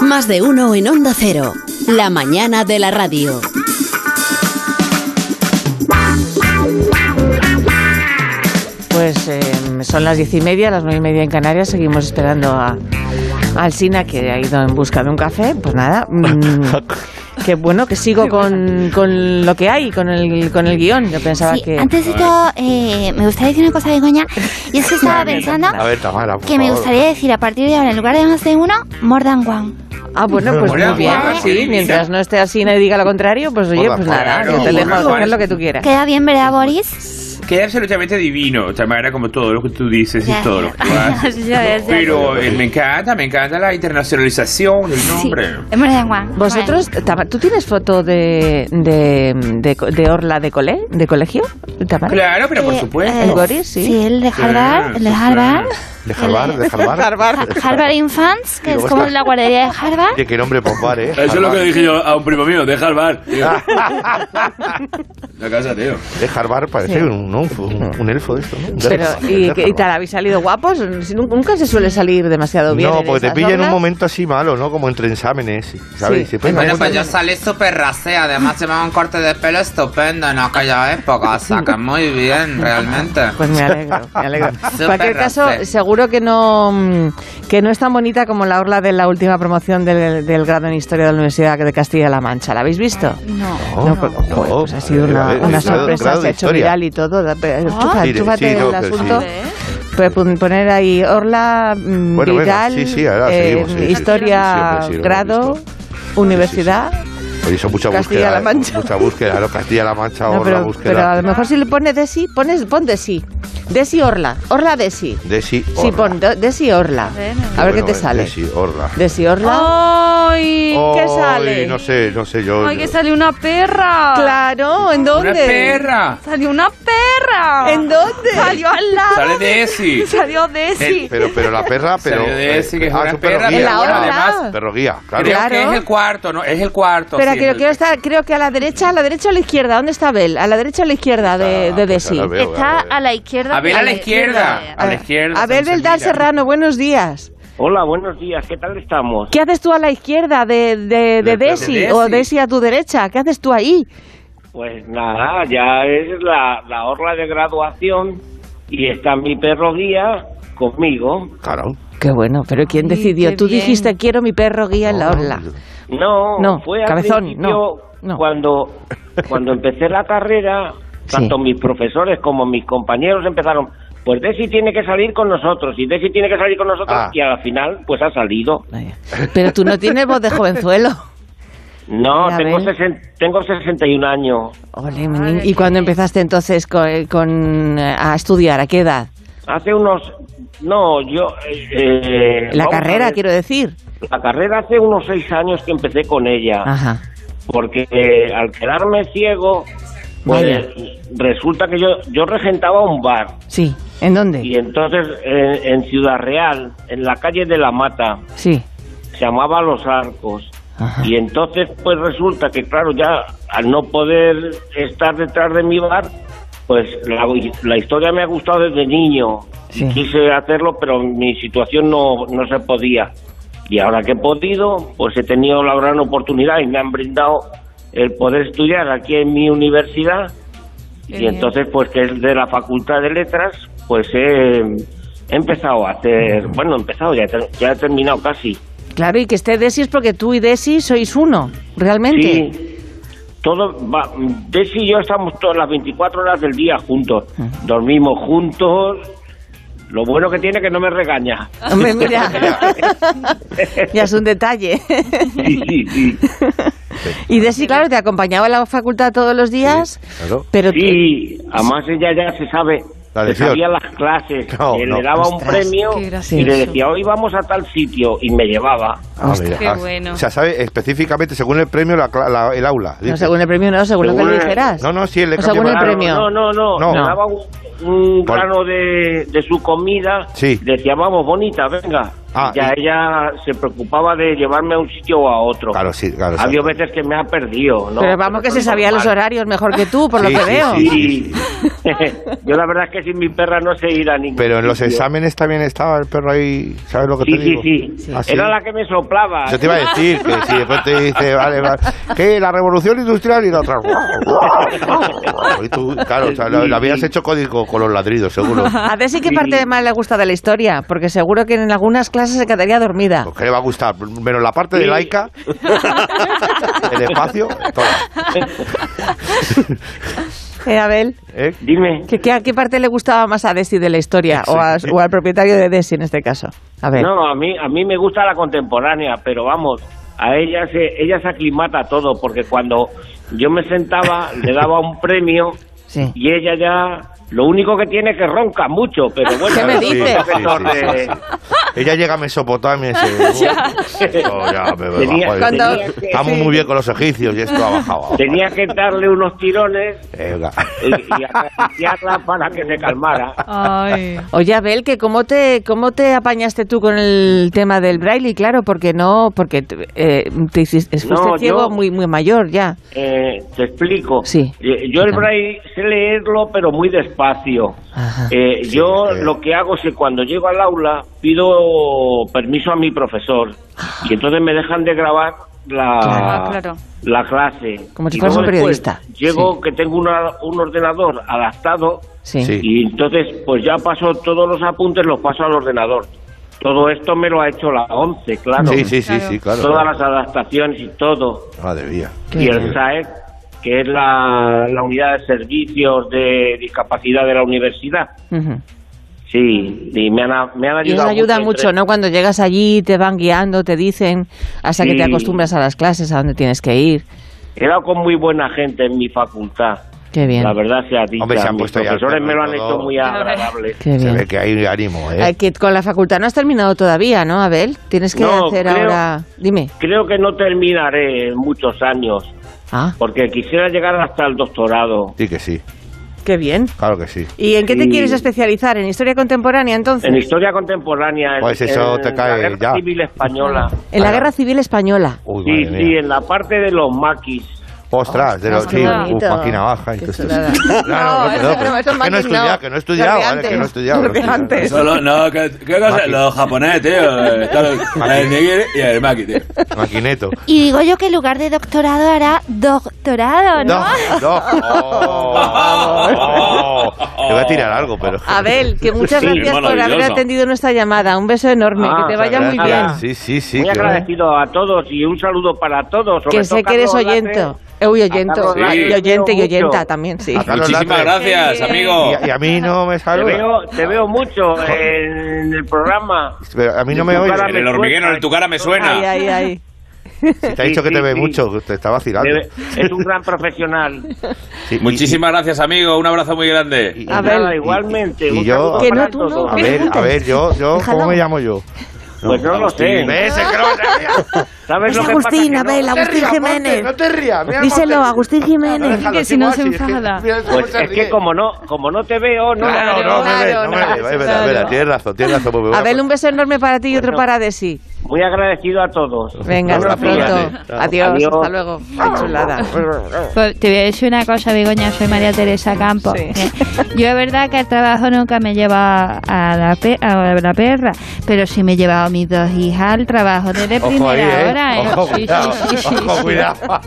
Speaker 17: Más de uno en Onda Cero. La mañana de la radio.
Speaker 1: Pues eh, son las diez y media, las nueve y media en Canarias. Seguimos esperando a, a Alsina, que ha ido en busca de un café. Pues nada. mm, Qué bueno que sigo con, con lo que hay, con el, con el guión. Yo pensaba
Speaker 16: Sí,
Speaker 1: que.
Speaker 16: antes de todo, eh, me gustaría decir una cosa, Begoña. Y es que estaba pensando
Speaker 2: A ver,
Speaker 5: Ah,
Speaker 2: Tamara, por
Speaker 16: que me
Speaker 2: favor.
Speaker 16: gustaría decir a partir de ahora, en lugar de más de uno, more than one.
Speaker 1: Ah, bueno, pues
Speaker 2: Hola,
Speaker 1: muy bien.
Speaker 2: guapa,
Speaker 1: Sí,
Speaker 2: sí,
Speaker 1: mientras no esté así y nadie diga lo contrario, pues oye,
Speaker 5: Hola,
Speaker 1: pues nada,
Speaker 5: claro,
Speaker 1: yo te
Speaker 5: hola,
Speaker 1: dejo
Speaker 5: hola.
Speaker 1: hacer lo que tú quieras.
Speaker 16: Queda bien, ¿verdad, Boris?
Speaker 5: Queda absolutamente divino, Tamara, como todo lo que tú dices y
Speaker 16: Ya.
Speaker 5: todo lo que tú haces. Pero eh, me encanta, me encanta la internacionalización del nombre.
Speaker 16: More than one.
Speaker 1: ¿Vosotros, Tama- tú tienes foto de, de, de, de Orla de, cole, de colegio? Tamara?
Speaker 5: Claro, pero
Speaker 16: Eh,
Speaker 5: por supuesto.
Speaker 1: ¿El Boris? Sí.
Speaker 16: Sí, el de Harvard, el de Harvard.
Speaker 2: De Harvard, de Harvard.
Speaker 16: Ha- Harvard Infants, que
Speaker 2: Y
Speaker 16: es
Speaker 2: luego
Speaker 16: como
Speaker 2: está-
Speaker 16: la guardería de Harvard.
Speaker 2: Oye, qué nombre popar, ¿eh?
Speaker 7: Eso es lo que le dije yo a un primo mío, deja el bar. Digo,
Speaker 2: Ah.
Speaker 7: La casa, tío.
Speaker 2: De Harvard parece
Speaker 1: Sí.
Speaker 2: un, un- un- un elfo de esto, ¿no? De
Speaker 1: Pero,
Speaker 2: Harvard,
Speaker 1: ¿y,
Speaker 2: de
Speaker 1: qué- y
Speaker 2: Harvard.
Speaker 1: tal? ¿Habéis salido guapos? Si nun- Nunca se suele salir demasiado bien.
Speaker 2: No,
Speaker 1: en
Speaker 2: porque te
Speaker 1: esas
Speaker 2: pilla en un
Speaker 1: orlas.
Speaker 2: momento así malo, ¿no? Como entre exámenes,
Speaker 1: Sí.
Speaker 2: ¿sabes? Dice, pues,
Speaker 18: bueno,
Speaker 2: vamos
Speaker 18: pues
Speaker 2: a-
Speaker 18: yo salí súper rasea, además llevaba un corte de pelo estupendo en aquella época, o sea que muy bien, realmente.
Speaker 1: Pues me alegro, me alegro. En
Speaker 18: Súper
Speaker 1: cualquier caso,
Speaker 18: rasea.
Speaker 1: seguro que no, mm, que no es tan bonita como la orla de la última promoción del, del grado en Historia de la Universidad de Castilla-La Mancha. ¿La habéis visto?
Speaker 14: No.
Speaker 2: No,
Speaker 1: joder, pues ha sido
Speaker 2: pero,
Speaker 1: una,
Speaker 2: eh,
Speaker 1: una
Speaker 2: grado-
Speaker 1: sorpresa,
Speaker 2: grado
Speaker 1: se
Speaker 2: de
Speaker 1: ha hecho
Speaker 2: historia.
Speaker 1: viral y todo. da- pe- chúfate-
Speaker 2: Sí, de-
Speaker 1: chúfate
Speaker 2: sí, no,
Speaker 1: el
Speaker 2: pero sí.
Speaker 1: asunto. Puedes pon- poner ahí Orla, mm,
Speaker 2: Bueno, bueno,
Speaker 1: viral,
Speaker 2: sí, sí, ahora
Speaker 1: eh,
Speaker 2: seguimos, sí, sí, sí,
Speaker 1: historia,
Speaker 2: sí, sí, sí, lo
Speaker 1: grado, universidad.
Speaker 2: Oye, son mucha búsqueda.
Speaker 1: Castilla-La
Speaker 2: ¿eh?
Speaker 1: Mancha.
Speaker 2: Mucha búsqueda, ¿no? Castilla-La Mancha
Speaker 1: No,
Speaker 2: o la
Speaker 1: pero, pero a
Speaker 2: búsqueda.
Speaker 1: lo mejor si le pones Desi, pones, pon Desi. Desi Orla, Orla Desi.
Speaker 2: De sí,
Speaker 1: Sí, pon do- Desi Orla. A ver qué te sale.
Speaker 2: De sí, Orla.
Speaker 1: Desi Orla.
Speaker 14: ¡Ay! ¿Qué
Speaker 2: Ay,
Speaker 14: sale?
Speaker 2: No sé, no sé, yo.
Speaker 14: ¡Ay, que salió una perra!
Speaker 1: Claro, ¿en dónde?
Speaker 5: perra.
Speaker 14: ¡Salió una perra!
Speaker 1: ¿En dónde?
Speaker 14: ¡Salió al lado!
Speaker 5: Sale Desi.
Speaker 14: ¡Salió Desi!
Speaker 5: Eh,
Speaker 2: Pero, pero la perra, pero.
Speaker 5: Salió de ese, que es
Speaker 2: ah,
Speaker 5: una
Speaker 2: es un perro
Speaker 5: perra,
Speaker 2: guía.
Speaker 5: pero bueno,
Speaker 1: Orla.
Speaker 5: además-
Speaker 2: Perro guía, claro.
Speaker 5: Creo
Speaker 1: Claro.
Speaker 5: que es el cuarto, ¿no? Es el cuarto.
Speaker 1: Espera,
Speaker 5: sí,
Speaker 1: creo,
Speaker 5: el-
Speaker 1: quiero estar, creo que a la derecha, a la derecha o a la izquierda. ¿Dónde está Abel? ¿A la derecha o a la izquierda de, de Desi?
Speaker 2: ahora pues, veo,
Speaker 4: Está a la izquierda.
Speaker 5: A ver, a la izquierda. A la izquierda.
Speaker 1: Abel
Speaker 5: Sánchez Mira.
Speaker 1: Beldar Serrano, buenos días.
Speaker 19: Hola, buenos días, ¿qué tal estamos?
Speaker 1: ¿Qué haces tú a la izquierda de, de,
Speaker 19: De-
Speaker 1: de
Speaker 19: de
Speaker 1: Desi,
Speaker 19: Desi.
Speaker 1: o Desi a tu derecha? ¿Qué haces tú ahí?
Speaker 19: Pues nada, ya es la, la orla de graduación y está mi perro guía conmigo.
Speaker 2: Claro.
Speaker 1: Qué bueno, pero ¿quién decidió?
Speaker 19: qué
Speaker 1: Tú
Speaker 19: bien.
Speaker 1: dijiste quiero mi perro guía en la orla.
Speaker 19: No,
Speaker 1: No,
Speaker 19: fue al
Speaker 1: cabezón,
Speaker 19: principio cuando cuando empecé la carrera, tanto mis profesores como mis compañeros empezaron, pues Desi tiene que salir con nosotros y Desi tiene que salir con nosotros y al final pues ha salido.
Speaker 1: Pero tú no tienes voz de jovenzuelo.
Speaker 19: No,
Speaker 1: Ya
Speaker 19: tengo,
Speaker 1: ves.
Speaker 19: sesen- tengo 61 años.
Speaker 1: Ole, menín. ¿Y cuándo empezaste entonces co- eh, con, eh, a estudiar? ¿A qué edad?
Speaker 19: Hace unos... No, yo... eh, eh,
Speaker 1: La
Speaker 19: vamos a
Speaker 1: carrera,
Speaker 19: ver.
Speaker 1: quiero Ah. decir.
Speaker 19: La carrera hace unos seis años que empecé con ella,
Speaker 1: Ajá.
Speaker 19: porque eh, al quedarme ciego, pues,
Speaker 1: Vaya.
Speaker 19: resulta que yo, yo regentaba un bar.
Speaker 1: Sí. ¿En dónde?
Speaker 19: Y entonces eh, en Ciudad Real, en la calle de la Mata,
Speaker 1: Sí.
Speaker 19: se llamaba Los Arcos. Y entonces pues resulta que claro, ya al no poder estar detrás de mi bar, pues la, la historia me ha gustado desde niño.
Speaker 1: Sí.
Speaker 19: Quise hacerlo, pero mi situación no, no se podía. Y ahora que he podido, pues he tenido la gran oportunidad y me han brindado el poder estudiar aquí en mi universidad.
Speaker 14: Qué
Speaker 19: y
Speaker 14: bien.
Speaker 19: entonces, pues que es de la Facultad de Letras, pues he, he empezado a hacer, bueno, he empezado, ya, he ter- ya he terminado casi.
Speaker 1: Claro, y que esté Desi es porque tú y Desi sois uno, realmente.
Speaker 19: Sí, todo va, Desi y yo estamos todas las 24 horas del día juntos. Dormimos juntos. Lo bueno que tiene que no me regaña.
Speaker 1: Hombre, mira. ya es un detalle. y Desi, claro, te acompañaba a la facultad todos los días. Pero
Speaker 19: sí, además ella ya se sabe,
Speaker 2: La
Speaker 19: se
Speaker 2: lección.
Speaker 19: sabía las clases,
Speaker 2: No,
Speaker 19: que
Speaker 2: no.
Speaker 19: le daba
Speaker 2: Ostras,
Speaker 19: un premio
Speaker 2: qué
Speaker 19: y le
Speaker 2: gracioso.
Speaker 19: decía, hoy vamos a tal sitio, y me llevaba.
Speaker 2: Ah, mira,
Speaker 1: Qué
Speaker 2: ah,
Speaker 1: bueno.
Speaker 2: O sea, sabe específicamente según el premio la, cla- la- el aula.
Speaker 1: No,
Speaker 2: dice.
Speaker 1: según el premio, no, según, lo que
Speaker 2: Según
Speaker 1: le
Speaker 2: el-
Speaker 1: dijeras.
Speaker 2: No, no, sí, le
Speaker 1: O según el
Speaker 2: cambiaba-
Speaker 1: premio.
Speaker 19: No, no, no,
Speaker 2: No.
Speaker 19: le daba un, un grano de, de su comida,
Speaker 2: Sí.
Speaker 19: decía, vamos, bonita, venga.
Speaker 2: Ah,
Speaker 19: ya
Speaker 2: y-
Speaker 19: ella se preocupaba de llevarme a un sitio o a otro.
Speaker 2: Claro, sí, claro.
Speaker 19: Ha
Speaker 2: sí.
Speaker 19: habido veces que me ha perdido, ¿no?
Speaker 1: pero vamos que
Speaker 19: eso
Speaker 1: se
Speaker 19: es
Speaker 1: sabía los
Speaker 19: normal.
Speaker 1: horarios mejor que tú, por
Speaker 2: Sí,
Speaker 1: lo que
Speaker 2: sí,
Speaker 1: veo.
Speaker 2: sí, sí, sí.
Speaker 19: Yo la verdad es que sin mi perra no sé ir a ningún
Speaker 2: Pero en los
Speaker 19: sitio.
Speaker 2: exámenes también estaba el perro ahí, ¿sabes lo que
Speaker 19: Sí,
Speaker 2: te
Speaker 19: sí,
Speaker 2: digo?
Speaker 19: sí,
Speaker 2: ¿Ah, sí?
Speaker 19: Era la que me soplaba.
Speaker 2: Yo te iba a decir que si después te dice, vale, vale, que la revolución industrial y la otra. Y tú, claro, o sea, lo, lo habías hecho código con los ladridos, seguro.
Speaker 1: A ver si qué parte más le gusta de la historia, porque seguro que en algunas clases se quedaría dormida.
Speaker 2: Que le va a gustar, menos la parte de
Speaker 1: Sí.
Speaker 2: laica, el espacio,
Speaker 1: Eh, Abel,
Speaker 19: Dime.
Speaker 1: ¿qué, qué, a qué parte le gustaba más a Desi de la historia o, a- o al propietario de Desi en este caso? A ver.
Speaker 19: No, a mí, a mí me gusta la contemporánea, pero vamos, a ella se, ella se aclimata a todo, porque cuando yo me sentaba, le daba un premio
Speaker 1: Sí.
Speaker 19: y ella ya. Lo único que tiene es que ronca mucho, pero bueno.
Speaker 2: ¿Qué me
Speaker 19: sí,
Speaker 2: dices?
Speaker 19: sí, sí, sí, sí.
Speaker 2: Ella llega a Mesopotamia y se... Oh, ya, me- me
Speaker 19: Tenía-
Speaker 2: bajo de-
Speaker 19: Cuando-
Speaker 2: Estamos muy bien con los egipcios y esto ha bajado. Eh,
Speaker 19: Tenía que darle unos tirones
Speaker 2: Venga.
Speaker 19: y, y acariciarla para que se calmara.
Speaker 1: Oye, Abel, que cómo te, cómo te apañaste tú con el tema del braille, claro, porque no, porque eh, te hiciste, fuiste
Speaker 19: No, yo-
Speaker 1: ciego muy, muy mayor ya.
Speaker 19: Eh, te explico.
Speaker 1: Sí.
Speaker 19: Eh, Yo el braille sé leerlo, pero muy despacio. Eh, yo lo que hago es que cuando llego al aula pido permiso a mi profesor y entonces me dejan de grabar la,
Speaker 1: Claro. Ah, claro.
Speaker 19: la clase.
Speaker 1: Como si
Speaker 19: Y
Speaker 1: fueras
Speaker 19: luego
Speaker 1: un
Speaker 19: después
Speaker 1: periodista.
Speaker 19: Llego que tengo una- un ordenador adaptado
Speaker 1: Sí.
Speaker 19: y entonces pues ya paso todos los apuntes, los paso al ordenador. Todo esto me lo ha hecho la 11, claro.
Speaker 2: Sí, sí, sí, Claro. sí, claro.
Speaker 19: Todas las adaptaciones y todo
Speaker 2: Madre mía.
Speaker 19: y el SAEC, que es la, la unidad de servicios de discapacidad de la universidad.
Speaker 1: Ujú.
Speaker 19: Sí, y me han, me han
Speaker 1: Y
Speaker 19: ayudado.
Speaker 1: eso ayuda mucho,
Speaker 19: entre-
Speaker 1: ¿no? Cuando llegas allí, te van guiando, te dicen, hasta que te
Speaker 19: Sí.
Speaker 1: acostumbras a las clases, a dónde tienes que ir.
Speaker 19: He dado con muy buena gente en mi facultad.
Speaker 1: Qué bien.
Speaker 19: La verdad sea dicha.
Speaker 2: Hombre, se han
Speaker 19: Mis
Speaker 2: puesto ya al perro
Speaker 19: profesores me lo han
Speaker 2: y todo.
Speaker 19: hecho muy agradable.
Speaker 1: Qué
Speaker 2: Se
Speaker 1: bien.
Speaker 2: ve que hay ánimo, ¿eh?
Speaker 1: Eh, que con la facultad no has terminado todavía, ¿no, Abel? Tienes que
Speaker 19: No,
Speaker 1: hacer
Speaker 19: creo-
Speaker 1: ahora. Dime.
Speaker 19: Creo que no terminaré en muchos años,
Speaker 1: Ah,
Speaker 19: porque quisiera llegar hasta el doctorado.
Speaker 2: Sí que sí.
Speaker 1: qué bien.
Speaker 2: Claro que sí.
Speaker 1: ¿Y en qué te
Speaker 19: Sí.
Speaker 1: quieres especializar? ¿En historia contemporánea, entonces?
Speaker 19: En historia contemporánea, en-
Speaker 2: Pues eso
Speaker 19: en
Speaker 2: te
Speaker 19: la
Speaker 2: cae
Speaker 19: guerra
Speaker 2: ya.
Speaker 19: civil española.
Speaker 1: En la Guerra Civil Española.
Speaker 2: Uy,
Speaker 19: Sí,
Speaker 2: madre mía.
Speaker 19: sí, en la parte de los maquis.
Speaker 2: Ostras, de los
Speaker 19: Ostras,
Speaker 2: sí,
Speaker 19: qué bonito.
Speaker 2: uf, máquina baja y todo esto.
Speaker 19: chulada.
Speaker 2: Claro,
Speaker 19: No,
Speaker 2: no, perdón,
Speaker 19: eso- pero
Speaker 2: pero
Speaker 19: eso
Speaker 2: que no he
Speaker 19: máquina no.
Speaker 2: estudiado, que no he
Speaker 19: Lo
Speaker 2: estudiado,
Speaker 19: de
Speaker 2: ¿vale? Que no he
Speaker 19: antes,
Speaker 2: estudiado.
Speaker 19: lo
Speaker 2: no
Speaker 19: de
Speaker 2: he estudiado.
Speaker 19: antes.
Speaker 7: Solo, no, ¿qué, qué cosa? Los japoneses, tío. eh, Está los- el nigiri y el maki, tío.
Speaker 2: Maquineto.
Speaker 16: Y digo yo que en lugar de doctorado hará doctorado, ¿no?
Speaker 2: Te voy a tirar algo, pero...
Speaker 1: Abel, que muchas
Speaker 2: Sí,
Speaker 1: gracias por
Speaker 2: maravilloso.
Speaker 1: haber atendido nuestra llamada. Un beso enorme,
Speaker 19: Ah,
Speaker 1: que te vaya muy bien.
Speaker 2: Gracias. Sí, sí, sí.
Speaker 19: Muy
Speaker 2: que-
Speaker 19: agradecido a todos y un saludo para todos. sobre
Speaker 1: que sé
Speaker 19: todo
Speaker 1: que eres
Speaker 19: Carlos
Speaker 1: oyente. Eh,
Speaker 19: Latre.
Speaker 1: Uy,
Speaker 19: A
Speaker 1: oyente.
Speaker 19: Carlos Latre,
Speaker 1: Y
Speaker 19: te
Speaker 1: oyente y
Speaker 19: quiero mucho.
Speaker 1: oyenta también, sí.
Speaker 2: A Carlos
Speaker 7: Muchísimas
Speaker 2: Latre.
Speaker 7: gracias,
Speaker 2: Sí.
Speaker 7: amigo.
Speaker 2: Y, y a mí no me
Speaker 19: Te
Speaker 2: saluda.
Speaker 19: veo, te veo mucho en el programa.
Speaker 2: Pero a mí no
Speaker 19: Y
Speaker 2: me
Speaker 19: tu
Speaker 2: oye.
Speaker 19: cara me
Speaker 5: El hormiguero,
Speaker 19: suena.
Speaker 5: en tu cara me suena.
Speaker 1: Ay, ay, ay.
Speaker 2: Si Te ha dicho
Speaker 5: Sí,
Speaker 2: que te
Speaker 5: sí,
Speaker 2: ve
Speaker 5: sí.
Speaker 2: mucho, te está vacilando.
Speaker 19: Te ve- Es un gran profesional.
Speaker 2: Sí, y-
Speaker 5: Muchísimas gracias, amigo. Un abrazo muy grande.
Speaker 19: A ver, Nada, igualmente.
Speaker 2: Y
Speaker 19: un
Speaker 2: yo,
Speaker 19: saludo
Speaker 2: a
Speaker 19: para
Speaker 2: ver,
Speaker 19: todos.
Speaker 2: a ver, a ver, yo, yo, ¿cómo me llamo yo?
Speaker 19: Pues no lo sé.
Speaker 2: ¿Ves? Es que no-
Speaker 19: ¿Sabes
Speaker 1: Es
Speaker 19: lo que pasa?
Speaker 1: Pues
Speaker 19: Que
Speaker 1: Agustín,
Speaker 19: no-
Speaker 1: Abel,
Speaker 2: no te
Speaker 1: Agustín
Speaker 2: rías, Montes,
Speaker 1: Jiménez.
Speaker 2: no te rías, mira,
Speaker 1: Díselo,
Speaker 2: Montes.
Speaker 1: Agustín
Speaker 2: No,
Speaker 1: Jiménez.
Speaker 2: déjalo,
Speaker 1: que si
Speaker 2: sí,
Speaker 1: no
Speaker 2: guachi,
Speaker 1: se
Speaker 2: es que-
Speaker 1: enfada.
Speaker 2: mira, cómo
Speaker 19: Pues
Speaker 2: se
Speaker 19: es
Speaker 2: ríe.
Speaker 19: que como no, como no te veo, no.
Speaker 2: eh, Claro, no, no me ve, no me ve, es verdad, es verdad, tienes razón, tienes razón. porque me voy a
Speaker 1: Abel, un beso enorme para ti y otro para Desi.
Speaker 19: Muy agradecido a todos.
Speaker 1: Venga, hasta
Speaker 19: Buenos días.
Speaker 1: pronto. Adiós, hasta luego. Qué chulada.
Speaker 4: Pues te voy a decir una cosa, Begoña, soy María Teresa Campos. Yo es verdad que el trabajo nunca me lleva a la, pe- a la perra, pero sí me he llevado a mis dos hijas al trabajo desde primera
Speaker 2: ¿eh?
Speaker 4: hora. ¿eh?
Speaker 2: Ojo,
Speaker 4: Sí, sí,
Speaker 2: cuidado,
Speaker 4: sí, sí,
Speaker 2: ojo,
Speaker 4: sí.
Speaker 2: cuidado.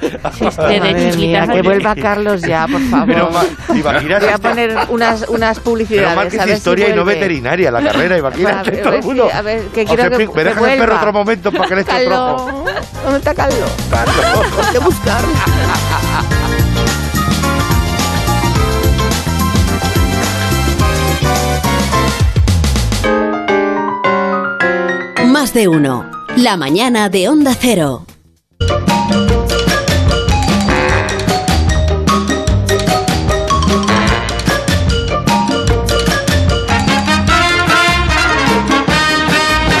Speaker 4: Desde
Speaker 1: Madre mía,
Speaker 4: chiquitas,
Speaker 1: que
Speaker 4: oye.
Speaker 1: vuelva Carlos ya, por
Speaker 2: Pero,
Speaker 1: favor.
Speaker 2: ma- imagínate,
Speaker 1: Voy a poner unas, unas
Speaker 2: Menos
Speaker 1: publicidades.
Speaker 2: mal que
Speaker 1: a
Speaker 2: es
Speaker 1: ver si
Speaker 2: historia y no
Speaker 1: vuelve.
Speaker 2: veterinaria la carrera,
Speaker 1: A
Speaker 2: imagínate
Speaker 1: ver,
Speaker 2: todo el
Speaker 1: sí,
Speaker 2: mundo.
Speaker 1: a ver, que
Speaker 2: Os
Speaker 1: quiero que-
Speaker 2: explico,
Speaker 1: que
Speaker 2: me dejan el perro
Speaker 1: vuelva.
Speaker 2: otro momento para que le eche el
Speaker 1: Carlos,
Speaker 2: trozo.
Speaker 1: ¿dónde está Carlos? Carlos, de buscar.
Speaker 17: Más de uno. La mañana de Onda Cero.
Speaker 15: No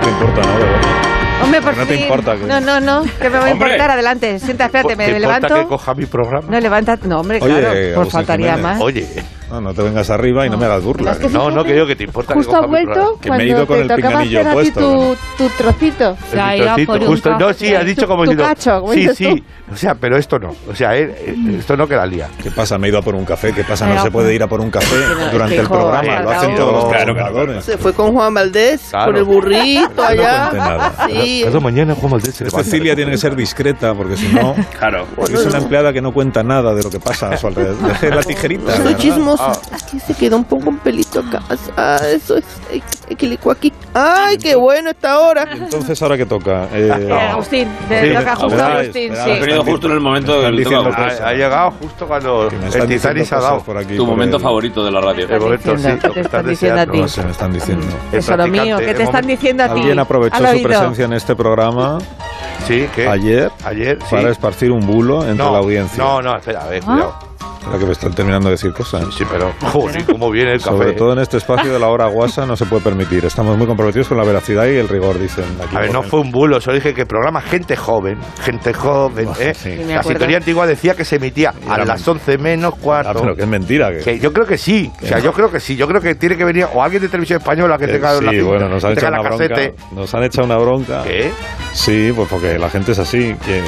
Speaker 15: te importa nada, ¿verdad?
Speaker 1: Hombre, por
Speaker 15: Que no te
Speaker 1: fin.
Speaker 15: importa que-
Speaker 1: No, no, no, que me va a
Speaker 15: Hombre.
Speaker 1: importar. Adelante, sienta, espérate,
Speaker 15: ¿Te
Speaker 1: me
Speaker 15: importa
Speaker 1: levanto.
Speaker 15: que coja mi programa?
Speaker 1: No, levanta. No, hombre,
Speaker 15: Oye,
Speaker 1: claro, por
Speaker 15: Agustín
Speaker 1: faltaría
Speaker 15: Jiménez,
Speaker 1: más.
Speaker 15: Oye, No, no te vengas arriba y no, me hagas burla. ¿eh?
Speaker 2: No, no, no creo que te importa.
Speaker 20: Justo ha vuelto
Speaker 15: Que me he
Speaker 20: cuando
Speaker 15: ido con
Speaker 20: te
Speaker 15: el
Speaker 20: tocaba
Speaker 15: pinganillo
Speaker 20: hacer a ti
Speaker 15: puesto,
Speaker 20: tu, tu trocito.
Speaker 2: El trocito, justo. No, sí, ha dicho como
Speaker 20: eh, tu,
Speaker 2: diciendo,
Speaker 20: tu cacho, como
Speaker 2: Sí,
Speaker 20: dices tú.
Speaker 2: sí. O sea, pero esto no. O sea, él, eh, esto no que la lía.
Speaker 15: ¿Qué pasa? Me he ido a por un café. ¿Qué pasa?
Speaker 2: Ay,
Speaker 15: No se
Speaker 2: ojo.
Speaker 15: puede ir a por un café
Speaker 2: no,
Speaker 15: durante el
Speaker 2: hijo,
Speaker 15: programa. Lo hacen todos los
Speaker 2: Claro,
Speaker 15: programadores.
Speaker 3: Se fue con Juan Valdés,
Speaker 15: Claro.
Speaker 3: con el burrito
Speaker 15: No cuente
Speaker 3: allá.
Speaker 15: nada.
Speaker 3: Sí.
Speaker 15: mañana Juan Cecilia tiene que ser discreta porque si no.
Speaker 5: Claro.
Speaker 15: Es una empleada que no cuenta nada de lo que pasa a su alrededor. Deje la tijerita.
Speaker 3: Soy
Speaker 15: ¿verdad?
Speaker 3: chismoso.
Speaker 15: Ah.
Speaker 3: Aquí se quedó un poco un pelito acá. Ah, eso es equ- equilicuaqui. ¡Ay, qué bueno esta hora!
Speaker 15: Entonces, ¿ahora qué toca? Eh,
Speaker 20: Eh, Agustín, te
Speaker 15: Sí,
Speaker 20: toca justo a
Speaker 15: esperad,
Speaker 20: Agustín,
Speaker 15: esperad.
Speaker 20: sí.
Speaker 5: Ha venido justo en el momento
Speaker 15: Están
Speaker 5: del
Speaker 15: diciendo
Speaker 5: toque.
Speaker 15: cosas.
Speaker 2: Ha, ha llegado justo cuando
Speaker 15: me
Speaker 2: el
Speaker 15: están
Speaker 2: Titanic
Speaker 15: diciendo
Speaker 2: se ha dado.
Speaker 15: cosas por aquí,
Speaker 5: Tu
Speaker 15: por
Speaker 5: momento
Speaker 15: el-
Speaker 5: favorito de la radio.
Speaker 2: El momento, sí,
Speaker 20: diciendo, te
Speaker 2: lo que
Speaker 20: están
Speaker 2: estás
Speaker 20: diciendo a
Speaker 2: deseando.
Speaker 20: ti.
Speaker 15: No sé, me están diciendo.
Speaker 20: Tesoro mío, que
Speaker 2: practicante,
Speaker 20: te
Speaker 2: el
Speaker 20: están
Speaker 2: momento-
Speaker 20: diciendo a ti.
Speaker 15: Alguien aprovechó
Speaker 20: Al
Speaker 15: su
Speaker 20: oído.
Speaker 15: presencia en este programa
Speaker 2: Sí, ¿qué?
Speaker 15: ayer,
Speaker 2: Ayer, sí.
Speaker 15: para esparcir un bulo entre
Speaker 2: No,
Speaker 15: la audiencia.
Speaker 2: No, no, espera, a ver,
Speaker 20: ¿Ah?
Speaker 2: cuidado.
Speaker 15: Ahora que me están terminando de decir cosas.
Speaker 2: Sí, pero, joder, cómo viene el café.
Speaker 15: Sobre todo en este espacio de la hora guasa no se puede permitir. Estamos muy comprometidos con la veracidad y el rigor, dicen. Aquí
Speaker 2: A ver, no
Speaker 15: Por-
Speaker 2: fue un bulo, solo dije que programa gente joven, gente joven, ¿eh?
Speaker 15: sí. Sí, me
Speaker 2: La
Speaker 15: acuerdo.
Speaker 2: sintonía antigua decía que se emitía a
Speaker 15: Era
Speaker 2: las 11 menos
Speaker 15: Ah,
Speaker 2: cuarto.
Speaker 15: pero que es mentira. Que...
Speaker 2: Que yo creo que sí, o sea, yo creo que sí, yo creo que tiene que venir o alguien de televisión española que
Speaker 15: que
Speaker 2: tenga
Speaker 15: Eh, sí,
Speaker 2: la cinta,
Speaker 15: bueno, nos han
Speaker 2: que
Speaker 15: echado
Speaker 2: tenga
Speaker 15: una
Speaker 2: la
Speaker 15: bronca.
Speaker 2: casete.
Speaker 15: Nos han echado una bronca.
Speaker 2: ¿Qué?
Speaker 15: Sí, pues porque la gente es así. Que,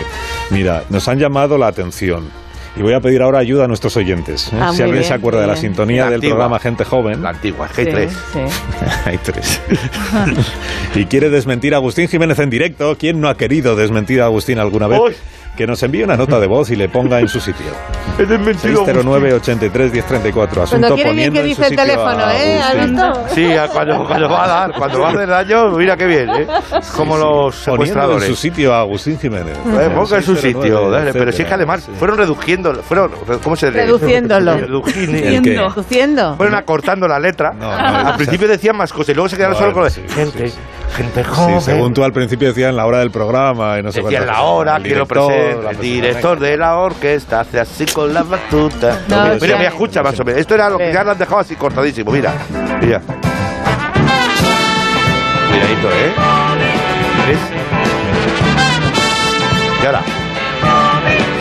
Speaker 15: mira, nos han llamado la atención. Y voy a pedir ahora ayuda a nuestros oyentes. ¿eh?
Speaker 20: Ah,
Speaker 15: si
Speaker 20: muy
Speaker 15: alguien
Speaker 20: bien,
Speaker 15: se acuerda
Speaker 20: muy
Speaker 15: de la
Speaker 20: bien.
Speaker 15: sintonía
Speaker 2: La
Speaker 15: del
Speaker 2: antigua.
Speaker 15: programa Gente Joven. La
Speaker 2: antigua,
Speaker 20: Sí, sí.
Speaker 15: Hay tres. y quiere desmentir a Agustín Jiménez en directo. ¿Quién no ha querido desmentir a Agustín alguna vez?
Speaker 2: Uy.
Speaker 15: Que nos envíe una nota de voz y le ponga en su sitio.
Speaker 2: He desmentido. a Agustín.
Speaker 15: 609-83-1034. Asunto
Speaker 20: Cuando quiere bien
Speaker 15: poniendo
Speaker 20: que
Speaker 15: en
Speaker 20: dice
Speaker 15: su
Speaker 20: el
Speaker 15: sitio
Speaker 20: teléfono,
Speaker 15: a
Speaker 20: ¿eh? ¿Has
Speaker 15: Agustín.
Speaker 20: visto?
Speaker 2: Sí, a cuando, cuando va a dar, cuando va a hacer daño, mira qué bien, ¿eh? Como los
Speaker 15: Poniendo en
Speaker 2: secuestradores.
Speaker 15: su sitio a Agustín Jiménez.
Speaker 2: Eh, Ponga en su
Speaker 15: 609,
Speaker 2: sitio, dale, pero si es que
Speaker 15: etcétera.
Speaker 2: además fueron reduciendo, fueron, ¿cómo se dice?
Speaker 20: Reduciéndolo.
Speaker 2: Reduciendo.
Speaker 15: ¿El qué?
Speaker 20: Reduciendo.
Speaker 2: Fueron acortando la letra. al principio decían más cosas y luego se quedaron solo con la gente, gente joven.
Speaker 15: Sí, según tú al principio decían la hora del programa y no sé
Speaker 2: Decían
Speaker 15: cuántas
Speaker 2: la
Speaker 15: cosas.
Speaker 2: hora,
Speaker 15: El
Speaker 2: quién lo
Speaker 15: director,
Speaker 2: presenta,
Speaker 15: la
Speaker 2: el
Speaker 15: persona
Speaker 2: director de la orquesta hace así con la batuta.
Speaker 20: No,
Speaker 2: mira,
Speaker 20: ya
Speaker 2: mira,
Speaker 20: no.
Speaker 2: escucha más o menos. Esto era lo que ya lo han dejado así cortadísimo, mira. Mira. Cuidadito, ¿eh? ¿Ves? Y ahora.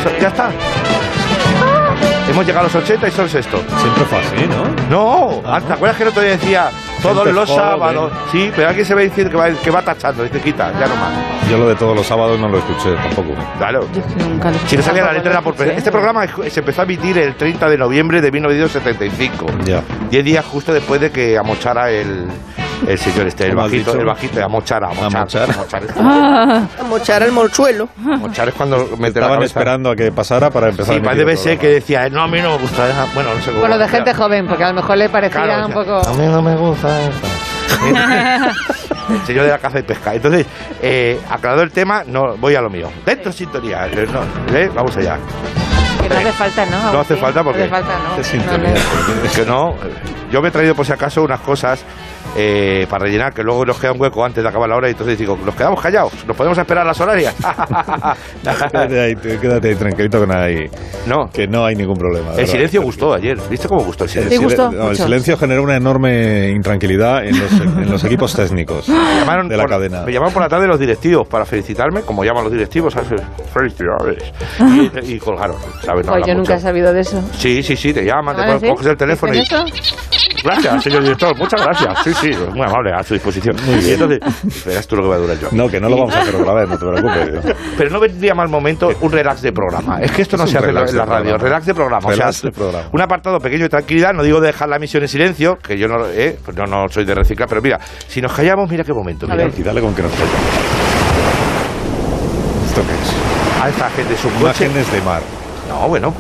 Speaker 2: So- Ya está. Hemos llegado a los 80 y son sexto.
Speaker 15: Siempre fue así, ¿no?
Speaker 2: No, Ah, ¿te acuerdas que el otro día decía todos
Speaker 15: Gente
Speaker 2: los
Speaker 15: joven.
Speaker 2: sábados? Sí, pero alguien se va diciendo que va, que va tachando, dice quita, ya no más.
Speaker 15: Yo lo de todos los sábados no lo escuché tampoco.
Speaker 2: Claro.
Speaker 20: Nunca lo
Speaker 2: Si no salía la letra era por...
Speaker 20: escuché.
Speaker 2: Este programa se empezó a emitir el 30 de noviembre de 1975.
Speaker 15: Ya.
Speaker 2: 10 días justo después de que amochara el, el señor este, el
Speaker 15: ¿Cómo has
Speaker 2: bajito,
Speaker 15: dicho?
Speaker 2: el bajito, amochara, amochar,
Speaker 15: Amochar.
Speaker 2: amochar.
Speaker 3: Ah. A mochar el molchuelo.
Speaker 2: Amochar es cuando mete la
Speaker 15: Estaban
Speaker 2: cabeza.
Speaker 15: esperando a que pasara para empezar.
Speaker 2: Sí,
Speaker 15: a emitir
Speaker 2: debe
Speaker 15: el
Speaker 2: ser que
Speaker 15: programa.
Speaker 2: decía, no, a mí no me gusta, deja- bueno, no sé cómo.
Speaker 20: Bueno, de gente joven, porque a lo mejor le parecía
Speaker 2: Claro,
Speaker 20: un
Speaker 2: ya.
Speaker 20: poco...
Speaker 2: A mí no me gusta esta. El señor de la caza y pesca. Entonces, eh, aclarado el tema, no voy a lo mío. Dentro sintonía. eh, no, eh, vamos allá.
Speaker 20: Que no hace falta, ¿no?
Speaker 2: No hace
Speaker 20: Agustín?
Speaker 2: falta porque.
Speaker 20: No hace falta, ¿no?
Speaker 15: Qué
Speaker 20: No,
Speaker 15: sintonía,
Speaker 20: no.
Speaker 15: porque-
Speaker 2: Es que no. eh, Yo me he traído por si acaso unas cosas eh, para rellenar, que luego nos queda un hueco antes de acabar la hora y entonces digo, nos quedamos callados, nos podemos esperar las horarias.
Speaker 15: Quédate ahí, tú, quédate ahí tranquilito que no hay,
Speaker 2: no.
Speaker 15: que no hay ningún problema. de
Speaker 2: El
Speaker 15: verdad.
Speaker 2: silencio gustó ayer. ¿Viste cómo gustó el
Speaker 15: El
Speaker 2: silencio?
Speaker 15: silen-
Speaker 20: gustó
Speaker 15: no, el
Speaker 20: mucho.
Speaker 15: silencio generó una enorme intranquilidad en los, en los equipos técnicos
Speaker 2: Me llamaron
Speaker 15: de la
Speaker 2: por-
Speaker 15: cadena.
Speaker 2: Me llamaron por la tarde los directivos para felicitarme, como llaman los directivos, ¿sabes? Felicidades. Y, y colgaron, ¿sabes? No
Speaker 20: Pues
Speaker 2: hablan
Speaker 20: yo nunca he
Speaker 2: mucho.
Speaker 20: sabido de eso.
Speaker 2: Sí, sí, sí, te llaman,
Speaker 1: Ah,
Speaker 2: te
Speaker 20: ¿Ahora
Speaker 2: ponen-
Speaker 20: sí?
Speaker 2: coges el teléfono y...
Speaker 20: ¿Dicen
Speaker 2: Gracias, señor director, muchas gracias. Sí, sí, muy amable, a su disposición. Muy bien. Entonces, verás tú lo que va a durar yo.
Speaker 15: No, que no lo vamos a hacer otra vez, no te preocupes.
Speaker 2: Pero no vendría mal momento un relax de programa. Es que esto no
Speaker 15: Es
Speaker 2: se
Speaker 15: un
Speaker 2: hace en la
Speaker 15: relax
Speaker 2: en la
Speaker 15: de
Speaker 2: radio.
Speaker 15: programa.
Speaker 2: Relax de programa.
Speaker 15: Relax
Speaker 2: o sea,
Speaker 15: de programa.
Speaker 2: un apartado pequeño de tranquilidad. No digo de dejar la misión en silencio, que yo no, eh, pues no, no soy de reciclar, pero mira, si nos callamos, mira qué momento.
Speaker 20: A
Speaker 2: mira.
Speaker 20: ver.
Speaker 15: Y dale con que nos falta. ¿Esto qué es?
Speaker 2: A esta gente, su coche.
Speaker 15: Imágenes de mar.
Speaker 2: No, bueno.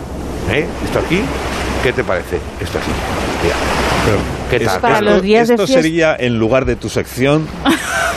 Speaker 2: ¿eh? Esto aquí, ¿qué te parece? Esto aquí. Mira.
Speaker 15: Pero,
Speaker 2: ¿Qué
Speaker 15: es-
Speaker 2: tal?
Speaker 20: Para los días de
Speaker 15: esto
Speaker 20: fiesta.
Speaker 15: sería en lugar de tu sección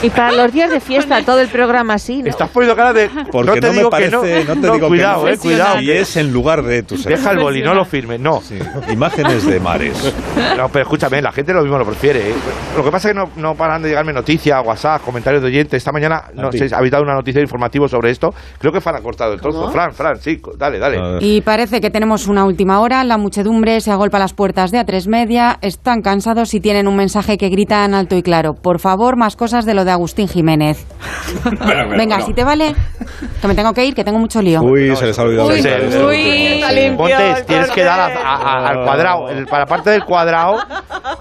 Speaker 20: Y para los días de fiesta, todo el programa así, ¿no?
Speaker 2: Estás poniendo cara de.
Speaker 15: porque
Speaker 2: no
Speaker 15: no,
Speaker 2: te
Speaker 15: me
Speaker 2: digo
Speaker 15: parece
Speaker 2: que no.
Speaker 15: no, te digo
Speaker 2: cuidado,
Speaker 15: que no.
Speaker 2: eh, cuidado.
Speaker 15: y es en lugar de tu sección
Speaker 2: Deja el boli, no lo firmes, no.
Speaker 15: Sí, imágenes de mares
Speaker 2: No, Ah, pero escúchame, la gente lo mismo lo prefiere. ¿eh? Lo que pasa es que no, no paran de llegarme noticias, WhatsApp, comentarios de oyentes. Esta mañana no
Speaker 15: A ti.
Speaker 2: sé, ha habitado una noticia informativa sobre esto. Creo que Fran ha cortado el trozo. Fran, Fran, sí, co- dale, dale.
Speaker 15: A ver.
Speaker 9: Y parece que tenemos una última hora. La muchedumbre se agolpa a las puertas de A3 Media. Están cansados y tienen un mensaje que gritan alto y claro. Por favor, más cosas de lo de Agustín Jiménez.
Speaker 15: Ah,
Speaker 9: Venga, si te vale, que me tengo que ir, que tengo mucho lío.
Speaker 15: Uy, se les ha olvidado.
Speaker 2: Uy,
Speaker 15: la
Speaker 2: uy,
Speaker 15: historia.
Speaker 2: Ponte, tienes que dar a- a- a- al cuadrado. El- para la parte del cuadrado,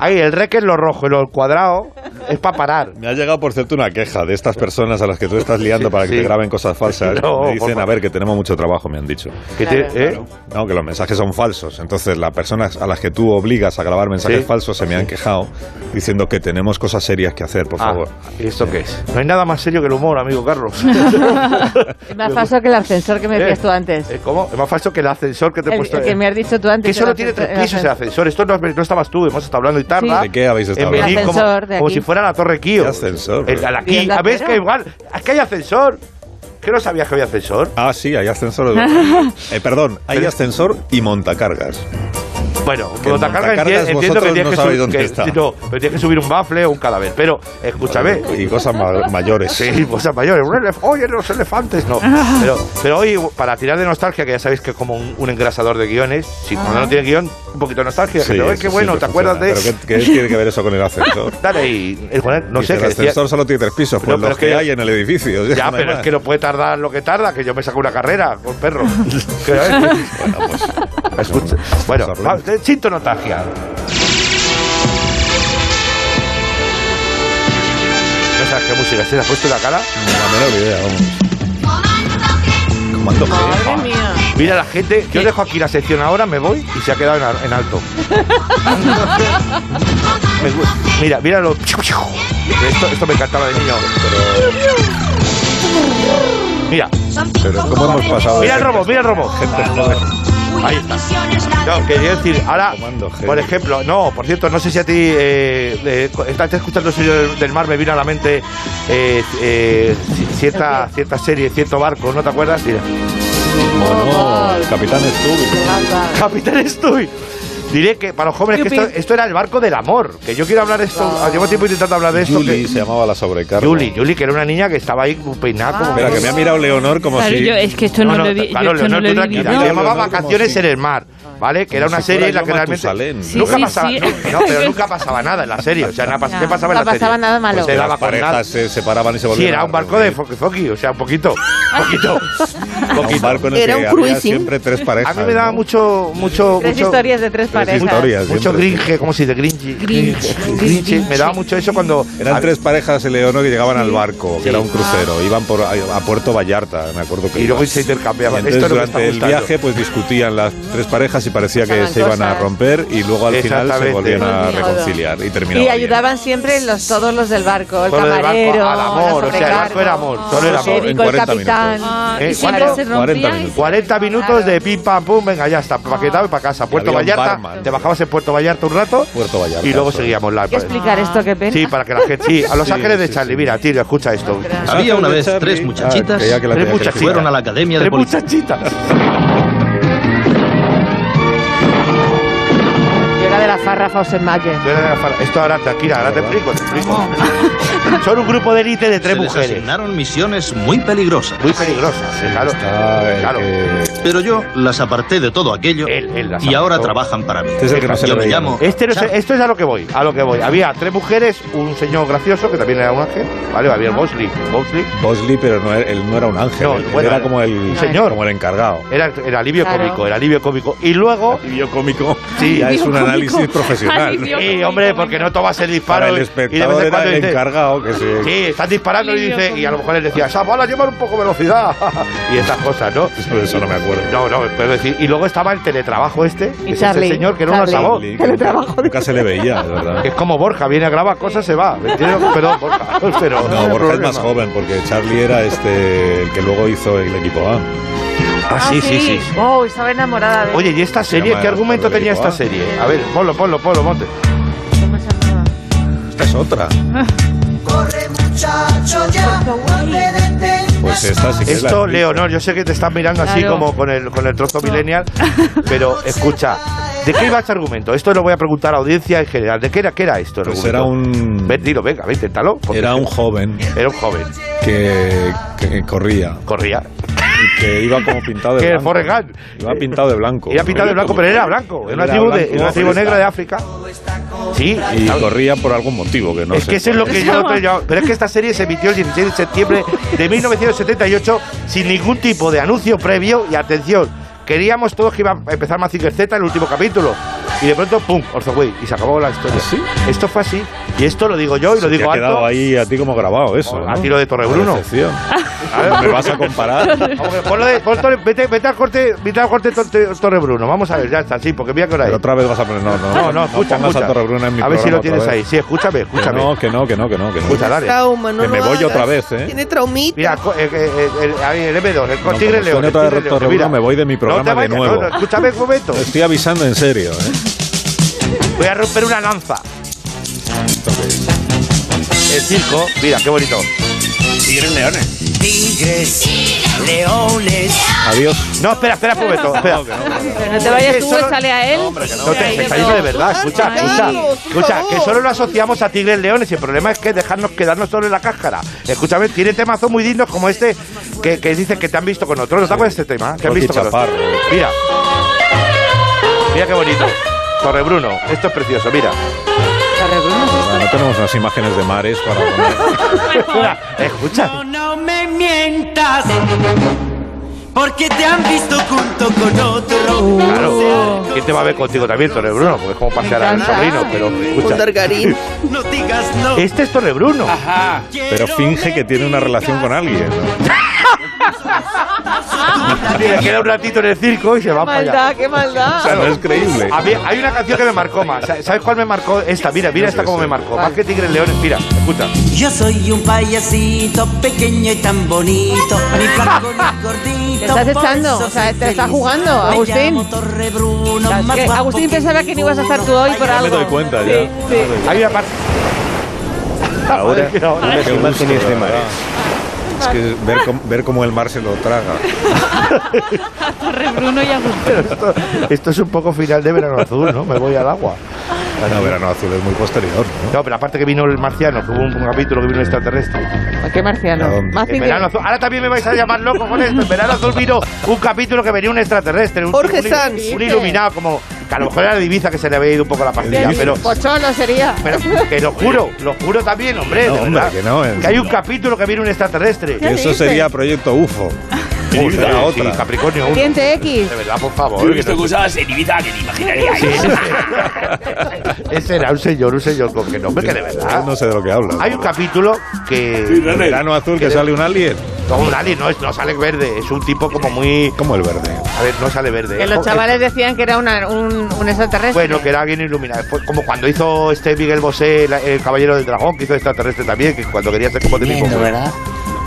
Speaker 2: ahí el rec es lo rojo y lo del cuadrado es para parar.
Speaker 15: Me ha llegado, por cierto, una queja de estas personas a las que tú estás liando para que
Speaker 2: sí.
Speaker 15: te graben cosas falsas. me
Speaker 2: No, por
Speaker 15: dicen,
Speaker 2: favor.
Speaker 15: a ver, que tenemos mucho trabajo, me han dicho.
Speaker 2: Que te- Claro. ¿eh?
Speaker 15: No, que los mensajes son falsos. Entonces, las personas a las que tú obligas a grabar mensajes
Speaker 2: Sí.
Speaker 15: falsos se me han quejado diciendo que tenemos cosas serias que hacer, por
Speaker 2: Ah,
Speaker 15: favor.
Speaker 2: ¿Y esto qué es? No hay nada más serio que el humor, amigo Carlos.
Speaker 20: Es más falso que el ascensor que me decías tú antes.
Speaker 2: Eh, ¿Cómo? Es más falso que el ascensor que te he
Speaker 20: El,
Speaker 2: puesto.
Speaker 20: el que me has dicho tú antes.
Speaker 2: que solo
Speaker 20: el
Speaker 2: tiene
Speaker 20: ascensor-
Speaker 2: tres pisos el ascensor. Esto no, has- no estabas tú, hemos estado hablando y tarda.
Speaker 15: Sí. ¿De qué habéis estado
Speaker 2: en venir
Speaker 20: hablando?
Speaker 2: como,
Speaker 20: Ascensor de
Speaker 2: como
Speaker 20: aquí.
Speaker 2: si fuera la Torre Kio.
Speaker 15: ascensor?
Speaker 2: El- al
Speaker 20: Y
Speaker 2: aquí.
Speaker 20: el
Speaker 2: ¿A Ah, ¿Ves
Speaker 20: acero.
Speaker 2: que igual? Aquí hay ascensor. ¿Que no sabías que había ascensor?
Speaker 15: Ah, sí, hay ascensor. de- Eh, perdón, hay ascensor y montacargas.
Speaker 2: Bueno,
Speaker 15: Que
Speaker 2: cuando te cargas entiendo,
Speaker 15: montacargas
Speaker 2: entiendo que
Speaker 15: vosotros
Speaker 2: tienes
Speaker 15: no
Speaker 2: que
Speaker 15: sabéis
Speaker 2: subir-
Speaker 15: dónde
Speaker 2: que-
Speaker 15: está.
Speaker 2: no, pero tienes que subir un bafle o un cadáver. Pero, escúchame.
Speaker 15: Y cosas ma- mayores.
Speaker 2: Sí, cosas mayores. Un elef- Oye, los elefantes, no. Pero, pero hoy, para tirar de nostalgia, que ya sabéis que es como un, un engrasador de guiones, si
Speaker 20: Ah.
Speaker 2: cuando no tiene guión, un poquito de nostalgia.
Speaker 15: Sí,
Speaker 2: que te, "Ay,
Speaker 15: eso
Speaker 2: qué bueno,
Speaker 15: siempre
Speaker 2: ¿te acuerdas de...?
Speaker 15: funciona. ¿Pero qué, qué tiene que ver eso con el ascensor?
Speaker 2: Dale ahí. eh, Juan, no
Speaker 15: Dice,
Speaker 2: sé,
Speaker 15: el
Speaker 2: que decía-
Speaker 15: ascensor solo tiene tres pisos, pues
Speaker 2: No, pero
Speaker 15: los
Speaker 2: es que
Speaker 15: que
Speaker 2: ya-
Speaker 15: hay en el edificio. o sea,
Speaker 2: Ya,
Speaker 15: no hay
Speaker 2: pero es
Speaker 15: más.
Speaker 2: que no puede tardar lo que tarda, que yo me saco una carrera con perro. Que, eh, escucha. bueno,
Speaker 15: pues
Speaker 2: va, eh, sin tonotagia. ¿No sabes qué música es? ¿Te has puesto la cara?
Speaker 15: La menor idea, vamos. Comando G.
Speaker 20: Madre mía.
Speaker 2: Mira la gente, yo dejo aquí la sección ahora, me voy y se ha quedado en, al- en alto. Me gu- mira, mira lo... Esto, esto me encantaba de niño. Mira,
Speaker 15: Pero ¿cómo hemos pasado?
Speaker 2: mira el robo, mira el robo. Ahí está. No, quería decir, ahora,
Speaker 15: Comando G.
Speaker 2: por e- ejemplo, no, por cierto, no sé si a ti eh, eh, cu- estás escuchando el sonido del, del mar, me vino a la mente eh, eh, ci- cierta, cierta serie, cierto barco, ¿no te acuerdas? Mira.
Speaker 15: Oh, no, el capitán Stubby.
Speaker 2: Capitán Stewie. Diré que para los jóvenes que esto, esto era el barco del amor. Que yo quiero hablar de esto. Llevo tiempo intentando hablar de esto.
Speaker 15: Julie
Speaker 2: Que,
Speaker 15: se llamaba la sobrecarga.
Speaker 2: Julie, Julie, que era una niña que estaba ahí peinada como.
Speaker 15: Espera, que me ha mirado Leonor como
Speaker 4: Claro,
Speaker 15: si...
Speaker 4: yo es que esto no, lo vi.
Speaker 2: claro,
Speaker 4: yo esto no
Speaker 2: Leonor,
Speaker 4: lo
Speaker 2: tú
Speaker 4: he
Speaker 2: tranquila.
Speaker 4: vivido.
Speaker 2: Se llamaba
Speaker 15: Leonor como
Speaker 2: Vacaciones
Speaker 15: si-
Speaker 2: en el Mar, ¿vale? Que era
Speaker 15: como
Speaker 2: una
Speaker 15: si
Speaker 2: serie
Speaker 15: fuera
Speaker 2: en la
Speaker 15: yo
Speaker 2: que realmente.
Speaker 15: Matusalén. Sí,
Speaker 2: nunca
Speaker 4: sí,
Speaker 2: pasaba.
Speaker 4: sí.
Speaker 2: No, no, pero nunca pasaba nada en la serie. O sea, nada, pas-
Speaker 20: No,
Speaker 2: ¿qué pasaba en
Speaker 20: no
Speaker 2: la serie?
Speaker 20: pasaba nada malo.
Speaker 2: Pues se
Speaker 15: Que
Speaker 2: daba
Speaker 15: las
Speaker 2: con nada.
Speaker 15: parejas se separaban y se
Speaker 2: Sí,
Speaker 15: volvían
Speaker 2: era
Speaker 15: a
Speaker 2: un barco de
Speaker 15: reunir.
Speaker 2: foki foki, o sea, un poquito. Poquito.
Speaker 15: Era un barco en el
Speaker 3: Era
Speaker 15: que
Speaker 3: un
Speaker 15: había
Speaker 3: cruising.
Speaker 15: siempre tres parejas.
Speaker 2: A mí me daba
Speaker 15: ¿no?
Speaker 2: mucho, mucho,
Speaker 20: Tres
Speaker 2: mucho.
Speaker 20: historias de tres
Speaker 15: Tres
Speaker 20: parejas.
Speaker 15: historias.
Speaker 2: Mucho
Speaker 15: siempre.
Speaker 2: gringe, ¿cómo se dice? Gringe.
Speaker 4: Gringe.
Speaker 2: Gringe. eh. Me daba mucho eso cuando.
Speaker 15: Eran
Speaker 2: a-
Speaker 15: tres parejas de Leonor que llegaban al barco, que era un crucero. Iban por, a, a Puerto Vallarta, me acuerdo que
Speaker 2: Ah. Y luego
Speaker 15: iban.
Speaker 2: se
Speaker 15: Y
Speaker 2: intercambiaban.
Speaker 15: entonces
Speaker 2: Esto es lo que está
Speaker 15: durante el
Speaker 2: gustando.
Speaker 15: viaje pues discutían las tres parejas y parecía que
Speaker 20: Pasaban
Speaker 15: se iban a
Speaker 20: cosas.
Speaker 15: romper y luego al final se
Speaker 2: Exactamente.
Speaker 15: volvían a
Speaker 20: Joder.
Speaker 15: reconciliar y terminaban
Speaker 20: Y
Speaker 15: bien.
Speaker 20: ayudaban siempre los, todos los del barco, el
Speaker 2: Todo lo del barco,
Speaker 20: camarero,
Speaker 2: al amor,
Speaker 20: la
Speaker 2: o sea, el barco era amor, solo era
Speaker 20: el
Speaker 2: amor.
Speaker 20: médico,
Speaker 15: En
Speaker 20: el
Speaker 15: 40
Speaker 20: capitán.
Speaker 15: minutos.
Speaker 1: Ah,
Speaker 2: Eh,
Speaker 4: Y siempre
Speaker 2: ¿cuánto?
Speaker 4: se
Speaker 15: 40
Speaker 4: rompían.
Speaker 15: minutos.
Speaker 2: 40 minutos de pim pam pum, venga, ya está, paquetado y para casa. Puerto
Speaker 15: había un
Speaker 2: Vallarta,
Speaker 15: barman.
Speaker 2: te bajabas en Puerto Vallarta un rato
Speaker 15: Puerto Vallarta.
Speaker 2: y luego
Speaker 15: eso.
Speaker 2: seguíamos la.
Speaker 20: Hay que explicar esto, qué pena.
Speaker 2: Sí, para que la gente. Sí, a los
Speaker 15: Sí,
Speaker 2: ángeles de
Speaker 15: sí,
Speaker 2: Charlie,
Speaker 15: sí.
Speaker 2: mira, tío, escucha esto.
Speaker 12: Había una vez tres muchachitas,
Speaker 15: Ah, creía que la tenía que
Speaker 2: tres muchachitas.
Speaker 15: decir.
Speaker 12: Fueron a la academia de
Speaker 2: Tres
Speaker 12: policía.
Speaker 2: muchachitas.
Speaker 20: Yo era de la farra Fausenmayer.
Speaker 2: Esto ahora tranquila, ahora te explico, te explico. Son un grupo de élite de tres
Speaker 12: Se les
Speaker 2: mujeres.
Speaker 12: asignaron misiones muy peligrosas.
Speaker 2: Muy peligrosas, claro.
Speaker 15: Ah, el
Speaker 2: Claro.
Speaker 15: que-
Speaker 12: Pero yo las aparté de todo aquello
Speaker 2: Él- él las
Speaker 12: y ahora
Speaker 2: apartó.
Speaker 12: trabajan para mí.
Speaker 15: Este es el que no se
Speaker 12: yo
Speaker 15: le
Speaker 12: me
Speaker 15: veía,
Speaker 12: llamo.
Speaker 2: Este no es-
Speaker 12: Char-
Speaker 2: esto es a lo que voy, a lo que voy. Había tres mujeres, un señor gracioso que también era un ángel, ¿vale? Había el Bosley, Bosley.
Speaker 15: Bosley, pero no, era- él no era un ángel.
Speaker 2: No,
Speaker 15: él
Speaker 2: bueno,
Speaker 15: era como el
Speaker 2: señor.
Speaker 15: como el encargado.
Speaker 2: Era el alivio
Speaker 20: Claro.
Speaker 2: cómico, el alivio cómico. Y luego,
Speaker 15: Y yo cómico.
Speaker 2: Sí.
Speaker 15: ya es un
Speaker 4: Alivio cómico.
Speaker 15: análisis profesional.
Speaker 4: Alivio.
Speaker 2: sí, hombre, porque no tomas el disparo.
Speaker 15: Para el
Speaker 2: y- y de vez
Speaker 15: espectador
Speaker 2: en
Speaker 15: era
Speaker 2: cuando
Speaker 15: el
Speaker 2: dices,
Speaker 15: encargado que se...
Speaker 2: Sí, estás disparando y dice, y a lo mejor les decía, esa bola lleva un poco velocidad. y estas cosas, ¿no?
Speaker 15: Eso, eso no me acuerdo.
Speaker 2: No, no, puedo decir. Y luego estaba el teletrabajo este, que es
Speaker 20: Charlie,
Speaker 2: este señor que era un
Speaker 20: Charlie.
Speaker 2: osabón.
Speaker 15: Lee, que nunca- Nunca se le veía, de verdad.
Speaker 2: Que es como Borja, viene a grabar cosas, se va. ¿me entiendes? Perdón, Borja. Pero
Speaker 15: No,
Speaker 2: hay
Speaker 15: Borja es
Speaker 2: problema.
Speaker 15: más joven porque Charlie era este el que luego hizo el equipo A.
Speaker 2: Ah, sí, sí, sí.
Speaker 20: Oh, estaba enamorada de
Speaker 2: Oye, ¿y esta serie?
Speaker 15: llama
Speaker 2: ¿Qué argumento
Speaker 15: Rodrigo
Speaker 2: tenía esta
Speaker 15: A.
Speaker 2: serie? A ver, ponlo, ponlo, ponlo, ponte.
Speaker 20: ¿Cómo se llamaba?
Speaker 15: Esta es otra. Pues esta sí que es la
Speaker 2: Esto,
Speaker 15: actriz.
Speaker 2: Leonor, yo sé que te están mirando así
Speaker 4: Claro.
Speaker 2: como con el, con el trozo millennial, pero escucha, ¿de qué iba este argumento? Esto lo voy a preguntar a audiencia en general. ¿De qué era, qué era esto? el
Speaker 15: Pues
Speaker 2: argumento?
Speaker 15: era un
Speaker 2: Ven, dilo, venga, ve, inténtalo. porque
Speaker 15: era un joven
Speaker 2: era un joven.
Speaker 15: que, que corría
Speaker 2: Corría.
Speaker 15: que iba como pintado de
Speaker 2: Que
Speaker 15: blanco.
Speaker 2: Forrest Gump.
Speaker 15: Iba pintado de blanco.
Speaker 2: Iba pintado de blanco, pero era blanco. Era una tribu, de- era una tribu negra de África. Sí,
Speaker 15: y corría por algún motivo que no
Speaker 2: es
Speaker 15: sé
Speaker 2: que eso es lo
Speaker 15: cuál
Speaker 2: que yo... yo- Pero es que esta serie se emitió el 16 de septiembre de 1978 sin ningún tipo de anuncio previo. Y atención, queríamos todos que iba a empezar Mazinger Z en el último capítulo. Y de pronto, pum, Orzoway. Y se acabó la historia. Esto fue así. Y esto lo digo yo
Speaker 15: ¿Ah,
Speaker 2: y
Speaker 15: Se
Speaker 2: lo
Speaker 15: te
Speaker 2: digo
Speaker 15: ha
Speaker 2: alto.
Speaker 15: quedado ahí a ti como grabado eso.
Speaker 2: a ti lo de Ah, Torrebruno.
Speaker 15: La decepción. ¿Me vas a comparar?
Speaker 2: Hombre, ponlo de- pon Torre- vete, vete al corte, vete al corte Torre, Bruno. Vamos a ver, ya está, sí, porque mira que hora es.
Speaker 15: Pero otra vez vas a poner. No, no,
Speaker 2: No, no, escucha,
Speaker 15: pongas
Speaker 2: escucha.
Speaker 15: a Torrebruna en mi
Speaker 2: A ver si
Speaker 15: programa
Speaker 2: lo tienes
Speaker 15: otra vez.
Speaker 2: ahí. Sí, escúchame, escúchame.
Speaker 15: Que no, que no, que no, que no. Que no.
Speaker 2: Escucha, dale.
Speaker 3: Trauma, no
Speaker 15: Que me
Speaker 3: lo
Speaker 15: voy
Speaker 3: hagas.
Speaker 15: otra vez, ¿eh?
Speaker 3: Tiene traumita.
Speaker 2: Mira, co- eh, eh, eh, el, ahí, el M2, el co-
Speaker 15: No,
Speaker 2: Tigre
Speaker 15: como
Speaker 2: León.
Speaker 15: suene
Speaker 2: el
Speaker 15: otra vez
Speaker 2: Tigre León,
Speaker 15: Torre
Speaker 2: mira.
Speaker 15: Bruno, me voy de mi programa
Speaker 2: te
Speaker 15: de
Speaker 2: vayas,
Speaker 15: nuevo.
Speaker 2: no, no, escúchame un momento.
Speaker 15: Te Estoy avisando en serio, ¿eh?
Speaker 2: Voy a romper una lanza. El circo, mira, qué bonito. Tigres Leones. Tigres Leones.
Speaker 15: Adiós.
Speaker 2: No, espera, espera un momento. Espera.
Speaker 20: Pero no te vayas tú, sale a él.
Speaker 2: No te
Speaker 20: Ahí
Speaker 2: dejes
Speaker 20: de
Speaker 2: ahí,
Speaker 20: todo.
Speaker 2: de verdad, escucha,
Speaker 20: Ay,
Speaker 2: escucha,
Speaker 20: por
Speaker 2: escucha,
Speaker 20: favor.
Speaker 2: que solo lo asociamos a Tigres Leones y el problema es que dejarnos quedarnos solo en la cáscara. Escúchame, tiene temazos muy dignos como este que, que dicen que te han visto con otro. ¿No te acuerdas de este tema? Te han
Speaker 15: Rocky
Speaker 2: visto con otro.
Speaker 15: Chaparro.
Speaker 2: Mira, mira qué bonito. Torre Bruno, esto es precioso, mira.
Speaker 15: Bueno, no tenemos unas imágenes de mares para poner.
Speaker 2: Escucha.
Speaker 21: No me mientas, porque te han visto junto con otro.
Speaker 2: Claro, ¿quién te va a ver contigo también, Torre Bruno? Porque es como pasear al
Speaker 21: encanta.
Speaker 2: sobrino, pero
Speaker 3: Un
Speaker 2: escucha.
Speaker 3: dargarín.
Speaker 21: No digas no.
Speaker 2: Este es Torre Bruno.
Speaker 15: Pero finge que tiene una relación con alguien.
Speaker 2: Se queda un ratito en el circo y se va para allá.
Speaker 20: Maldad, qué maldad.
Speaker 15: no es creíble.
Speaker 2: A mí hay una canción que me marcó más. ¿Sabes cuál me marcó? Esta, mira, mira esta como me marcó. Más que Tigres Leones, mira, escucha.
Speaker 21: Yo soy un payasito pequeño y tan bonito. Ni flaco ni gordito.
Speaker 20: Te estás echando, o sea, te estás jugando, Agustín. O sea, es que Agustín pensaba que no ibas a estar tú hoy por
Speaker 15: Ya me doy
Speaker 20: algo.
Speaker 15: cuenta, ya.
Speaker 20: Sí, sí.
Speaker 2: Hay una parte.
Speaker 15: Ahora,
Speaker 2: Joder, ahora.
Speaker 15: ahora
Speaker 2: Qué
Speaker 15: qué
Speaker 2: gusto,
Speaker 15: imágenes
Speaker 2: de
Speaker 15: de
Speaker 2: verdad.
Speaker 15: mares. Es que ver cómo, ver cómo el mar se lo traga.
Speaker 4: Torre Bruno y Agustín.
Speaker 2: Esto, esto es un poco final de verano azul, ¿no? Me voy al agua.
Speaker 15: Bueno, Ah, verano azul es muy posterior. ¿no?
Speaker 2: No, pero aparte que vino el marciano, que hubo un, un capítulo que vino el extraterrestre.
Speaker 20: Qué marciano. Más
Speaker 2: En verano azul. Ahora también me vais a llamar loco con esto. En verano azul vino un capítulo que venía un extraterrestre. Un,
Speaker 20: Jorge
Speaker 2: un- un-
Speaker 20: Sanz.
Speaker 2: Un iluminado, como. Que a lo mejor era la divisa que se le había ido un poco la pastilla, pero.
Speaker 20: Pocholo sería.
Speaker 2: Pero que lo juro, lo juro también, hombre.
Speaker 15: No,
Speaker 2: de
Speaker 15: hombre,
Speaker 2: verdad.
Speaker 15: que no, en-
Speaker 2: hay un capítulo que viene un extraterrestre.
Speaker 15: Eso sería proyecto UFO.
Speaker 2: Uy,
Speaker 15: Otra,
Speaker 2: sí,
Speaker 15: otra.
Speaker 2: sí, Capricornio uno.
Speaker 20: Diente X.
Speaker 2: De verdad, por
Speaker 13: Yo
Speaker 2: favor.
Speaker 13: he visto
Speaker 2: que no-
Speaker 13: cosas en Ibiza que ni imaginaríais.
Speaker 2: Sí, ese- Ese era un señor, un señor con que nombre que de
Speaker 15: Yo
Speaker 2: verdad.
Speaker 15: no sé de lo que habla.
Speaker 2: Hay un capítulo que.
Speaker 15: Sí, dale. Verano azul que sale un alien.
Speaker 2: No, un alien no, es, no sale verde. Es un tipo como muy.
Speaker 15: Como el verde.
Speaker 2: A ver, no sale verde.
Speaker 20: Que
Speaker 2: Es
Speaker 20: los
Speaker 2: co-
Speaker 20: chavales decían que era una- un, un
Speaker 2: es-
Speaker 20: extraterrestre.
Speaker 2: Bueno, que era alguien iluminado. Fue como cuando hizo este Miguel Bosé, la- el Caballero del Dragón, que hizo extraterrestre también, que cuando quería ser como de mismo.
Speaker 15: Tremendo, ¿verdad?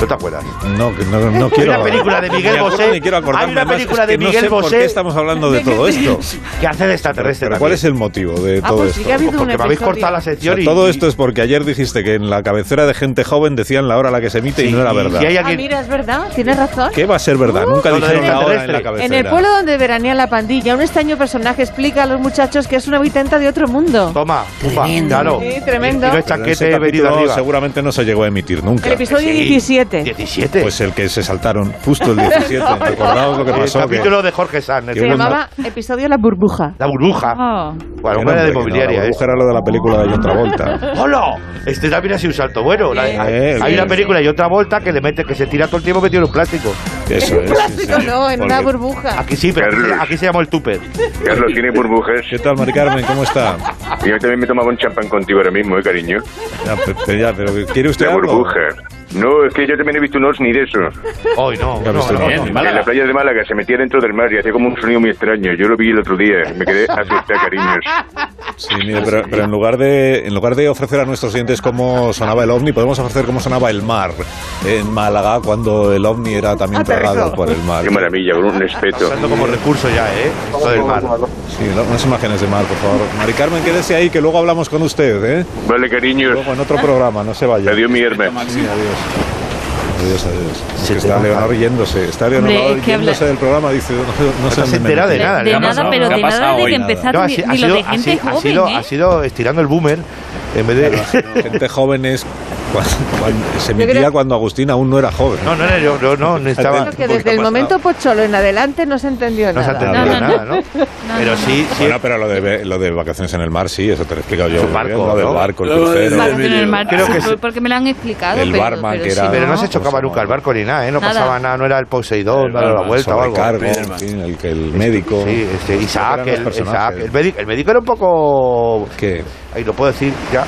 Speaker 2: ¿No te acuerdas?
Speaker 15: No, que no, no quiero.
Speaker 2: una película de Miguel
Speaker 15: Ni acuerdo
Speaker 2: Bosé.
Speaker 15: Ni quiero acordarme.
Speaker 2: Hay una
Speaker 15: además,
Speaker 2: película
Speaker 15: es
Speaker 2: de
Speaker 15: que
Speaker 2: Miguel
Speaker 15: no sé ¿Por
Speaker 2: Bosé.
Speaker 15: qué estamos hablando de todo esto?
Speaker 2: que hace de extraterrestre.
Speaker 15: Pero ¿Cuál
Speaker 2: también.
Speaker 15: es el motivo de
Speaker 20: Ah,
Speaker 15: todo
Speaker 20: pues sí
Speaker 15: esto?
Speaker 20: que ha habido un
Speaker 2: Porque me habéis
Speaker 20: episodio.
Speaker 2: cortado la
Speaker 15: O sea,
Speaker 2: sección y.
Speaker 15: todo esto es porque ayer dijiste que en la cabecera de gente joven decían la hora a la que se emite y no era verdad.
Speaker 2: y hay
Speaker 20: Ah, mira, es verdad, tienes razón.
Speaker 15: ¿Qué va a ser verdad? Nunca
Speaker 2: no, no,
Speaker 15: dijeron
Speaker 2: no,
Speaker 15: la hora en
Speaker 2: terrestre.
Speaker 15: la cabecera.
Speaker 20: En el pueblo donde veranea la pandilla, un extraño personaje explica a los muchachos que es un habitante de otro mundo.
Speaker 2: Toma, toma, claro.
Speaker 20: Sí, tremendo.
Speaker 2: Y no es
Speaker 15: Pero en ese
Speaker 2: chaquete venido
Speaker 15: capítulo
Speaker 2: arriba.
Speaker 15: Seguramente no se llegó a emitir nunca.
Speaker 20: El episodio
Speaker 2: Sí.
Speaker 20: 17.
Speaker 2: 17.
Speaker 15: Pues el que se saltaron justo el 17.
Speaker 20: No, no.
Speaker 15: Recordaos lo que
Speaker 2: el
Speaker 15: pasó. que-
Speaker 2: capítulo de Jorge Sanz.
Speaker 15: que
Speaker 20: Se
Speaker 15: hubo una-
Speaker 20: llamaba episodio La Burbuja.
Speaker 2: La burbuja.
Speaker 20: Oh.
Speaker 2: Bueno,
Speaker 15: que
Speaker 2: una
Speaker 15: no,
Speaker 2: era de
Speaker 15: hombre, que no,
Speaker 2: mobiliaria.
Speaker 15: La
Speaker 2: ¿eh?
Speaker 15: burbuja era lo de la película de John Travolta.
Speaker 2: ¡Hola! Este también ha sido un salto bueno. La- hay,
Speaker 15: Bien,
Speaker 2: hay una
Speaker 15: bien.
Speaker 2: película y otra vuelta que le mete, que se tira todo el tiempo metido en un plástico.
Speaker 15: Eso es. sí,
Speaker 20: Plástico,
Speaker 15: sí.
Speaker 20: no, en una
Speaker 15: Porque-
Speaker 20: burbuja.
Speaker 2: Aquí sí, pero aquí, aquí se llamó el tupper.
Speaker 22: Mm, Carlos, tiene burbujas.
Speaker 15: ¿Qué tal, Mari Carmen? ¿Cómo está?
Speaker 22: Yo también me tomaba un champán contigo ahora mismo, ¿eh, cariño?
Speaker 15: Ya, pe- pe- ya, pero ¿quiere usted
Speaker 22: La
Speaker 15: algo?
Speaker 22: burbuja. No, es que yo también he visto un ovni de eso.
Speaker 2: Hoy no.
Speaker 15: Claro,
Speaker 2: no,
Speaker 15: sí,
Speaker 2: no,
Speaker 15: no.
Speaker 2: no.
Speaker 15: ¿En
Speaker 22: En la playa de Málaga se metía dentro del mar y hacía como un sonido muy extraño. Yo lo vi el otro día. Me quedé asustado, cariños.
Speaker 15: Sí, mire, pero, pero en, lugar de, en lugar de ofrecer a nuestros oyentes cómo sonaba el ovni, podemos ofrecer cómo sonaba el mar en Málaga cuando el ovni era
Speaker 22: Ah,
Speaker 15: también tragado por el mar.
Speaker 22: Qué maravilla, con un respeto.
Speaker 2: Usando como recurso ya, ¿eh? Todo el mar.
Speaker 15: Sí, lo- unas imágenes de mar, por favor. Mari Carmen, quédese ahí que luego hablamos con usted, ¿eh?
Speaker 22: Vale, cariños.
Speaker 15: Luego en otro programa, no se vaya.
Speaker 22: Adiós, mi hermano.
Speaker 15: Sí, adiós. Adiós, adiós. Es que está Leonor yéndose. Está Leonor
Speaker 4: Hombre, es que habla-
Speaker 15: yéndose del programa. Dice, no, no sé
Speaker 2: se
Speaker 15: dónde me
Speaker 2: entera de
Speaker 15: metí.
Speaker 2: nada,
Speaker 4: De
Speaker 2: ¿Qué ha
Speaker 4: nada,
Speaker 2: pasado?
Speaker 4: pero
Speaker 2: ¿Qué ha
Speaker 4: de nada
Speaker 2: pasado
Speaker 4: de
Speaker 2: hoy?
Speaker 4: que
Speaker 2: Nada.
Speaker 4: empezaste ni, ni lo de gente
Speaker 2: ha
Speaker 4: joven,
Speaker 2: sido,
Speaker 4: ¿eh?
Speaker 2: ha sido estirando el boomer en vez de.
Speaker 15: Gente joven es Cuando- cuando- se emitía cuando Agustín aún no era joven.
Speaker 2: No, no era yo, no, no, no estaba-
Speaker 20: Creo que desde el momento pocholo en adelante no se entendió
Speaker 2: No se ha
Speaker 20: nada.
Speaker 2: entendido nada, ¿no? Pero sí, sí.
Speaker 15: Bueno, pero lo de, lo de vacaciones en el mar, sí, eso te lo he explicado yo.
Speaker 2: Su barco,
Speaker 15: Lo del
Speaker 2: ¿no?
Speaker 15: barco, el
Speaker 2: Lo de-
Speaker 15: crucero.
Speaker 2: Vacaciones
Speaker 4: En el mar,
Speaker 2: Creo que sí.
Speaker 4: porque me lo han explicado.
Speaker 15: El
Speaker 4: pero,
Speaker 15: barman
Speaker 4: pero
Speaker 15: que
Speaker 4: sí,
Speaker 15: era-
Speaker 2: Pero no se
Speaker 15: ¿no?
Speaker 2: chocaba nunca el barco ni nada, ¿eh? No
Speaker 4: Nada.
Speaker 2: pasaba nada, no era el Poseidón, dando la vuelta o algo.
Speaker 15: Sobrecargo, en fin, el, que el médico.
Speaker 2: Sí, este, Isaac,
Speaker 15: Eran los
Speaker 2: el,
Speaker 15: personajes.
Speaker 2: Isaac, el médico, el médico era un poco...
Speaker 15: ¿Qué?
Speaker 2: Ahí lo puedo decir ya.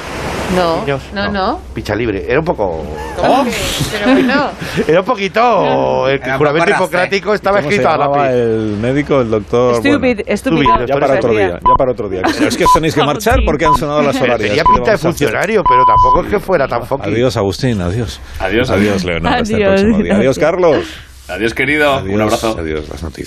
Speaker 20: No,
Speaker 2: Niños,
Speaker 20: no, no.
Speaker 2: Picha libre. Era un poco...
Speaker 20: ¿Cómo que? Pero bueno.
Speaker 2: Era un poquito... El
Speaker 15: Era un
Speaker 2: juramento
Speaker 15: poco
Speaker 2: hipocrático
Speaker 15: ¿Y
Speaker 2: estaba
Speaker 15: cómo se
Speaker 2: escrito a la
Speaker 15: llamaba El médico, el doctor.
Speaker 20: Stupid, estúpido,
Speaker 15: Ya
Speaker 20: por
Speaker 15: para otro
Speaker 20: decía.
Speaker 15: día, ya para otro día. Pero es que os tenéis que marchar porque han sonado las horarias.
Speaker 2: Tenía
Speaker 15: ¿Qué le
Speaker 2: pinta de
Speaker 15: vamos a hacer?
Speaker 2: funcionario, pero tampoco es que fuera tan funky.
Speaker 15: Adiós, Agustín, adiós.
Speaker 5: Adiós,
Speaker 15: adiós,
Speaker 5: adiós.
Speaker 15: Leonor. Hasta el
Speaker 5: Adiós,
Speaker 15: próximo día. Adiós,
Speaker 5: gracias.
Speaker 15: Carlos.
Speaker 5: Adiós, querido. Un
Speaker 15: Adiós,
Speaker 5: abrazo.
Speaker 15: Adiós, las noticias.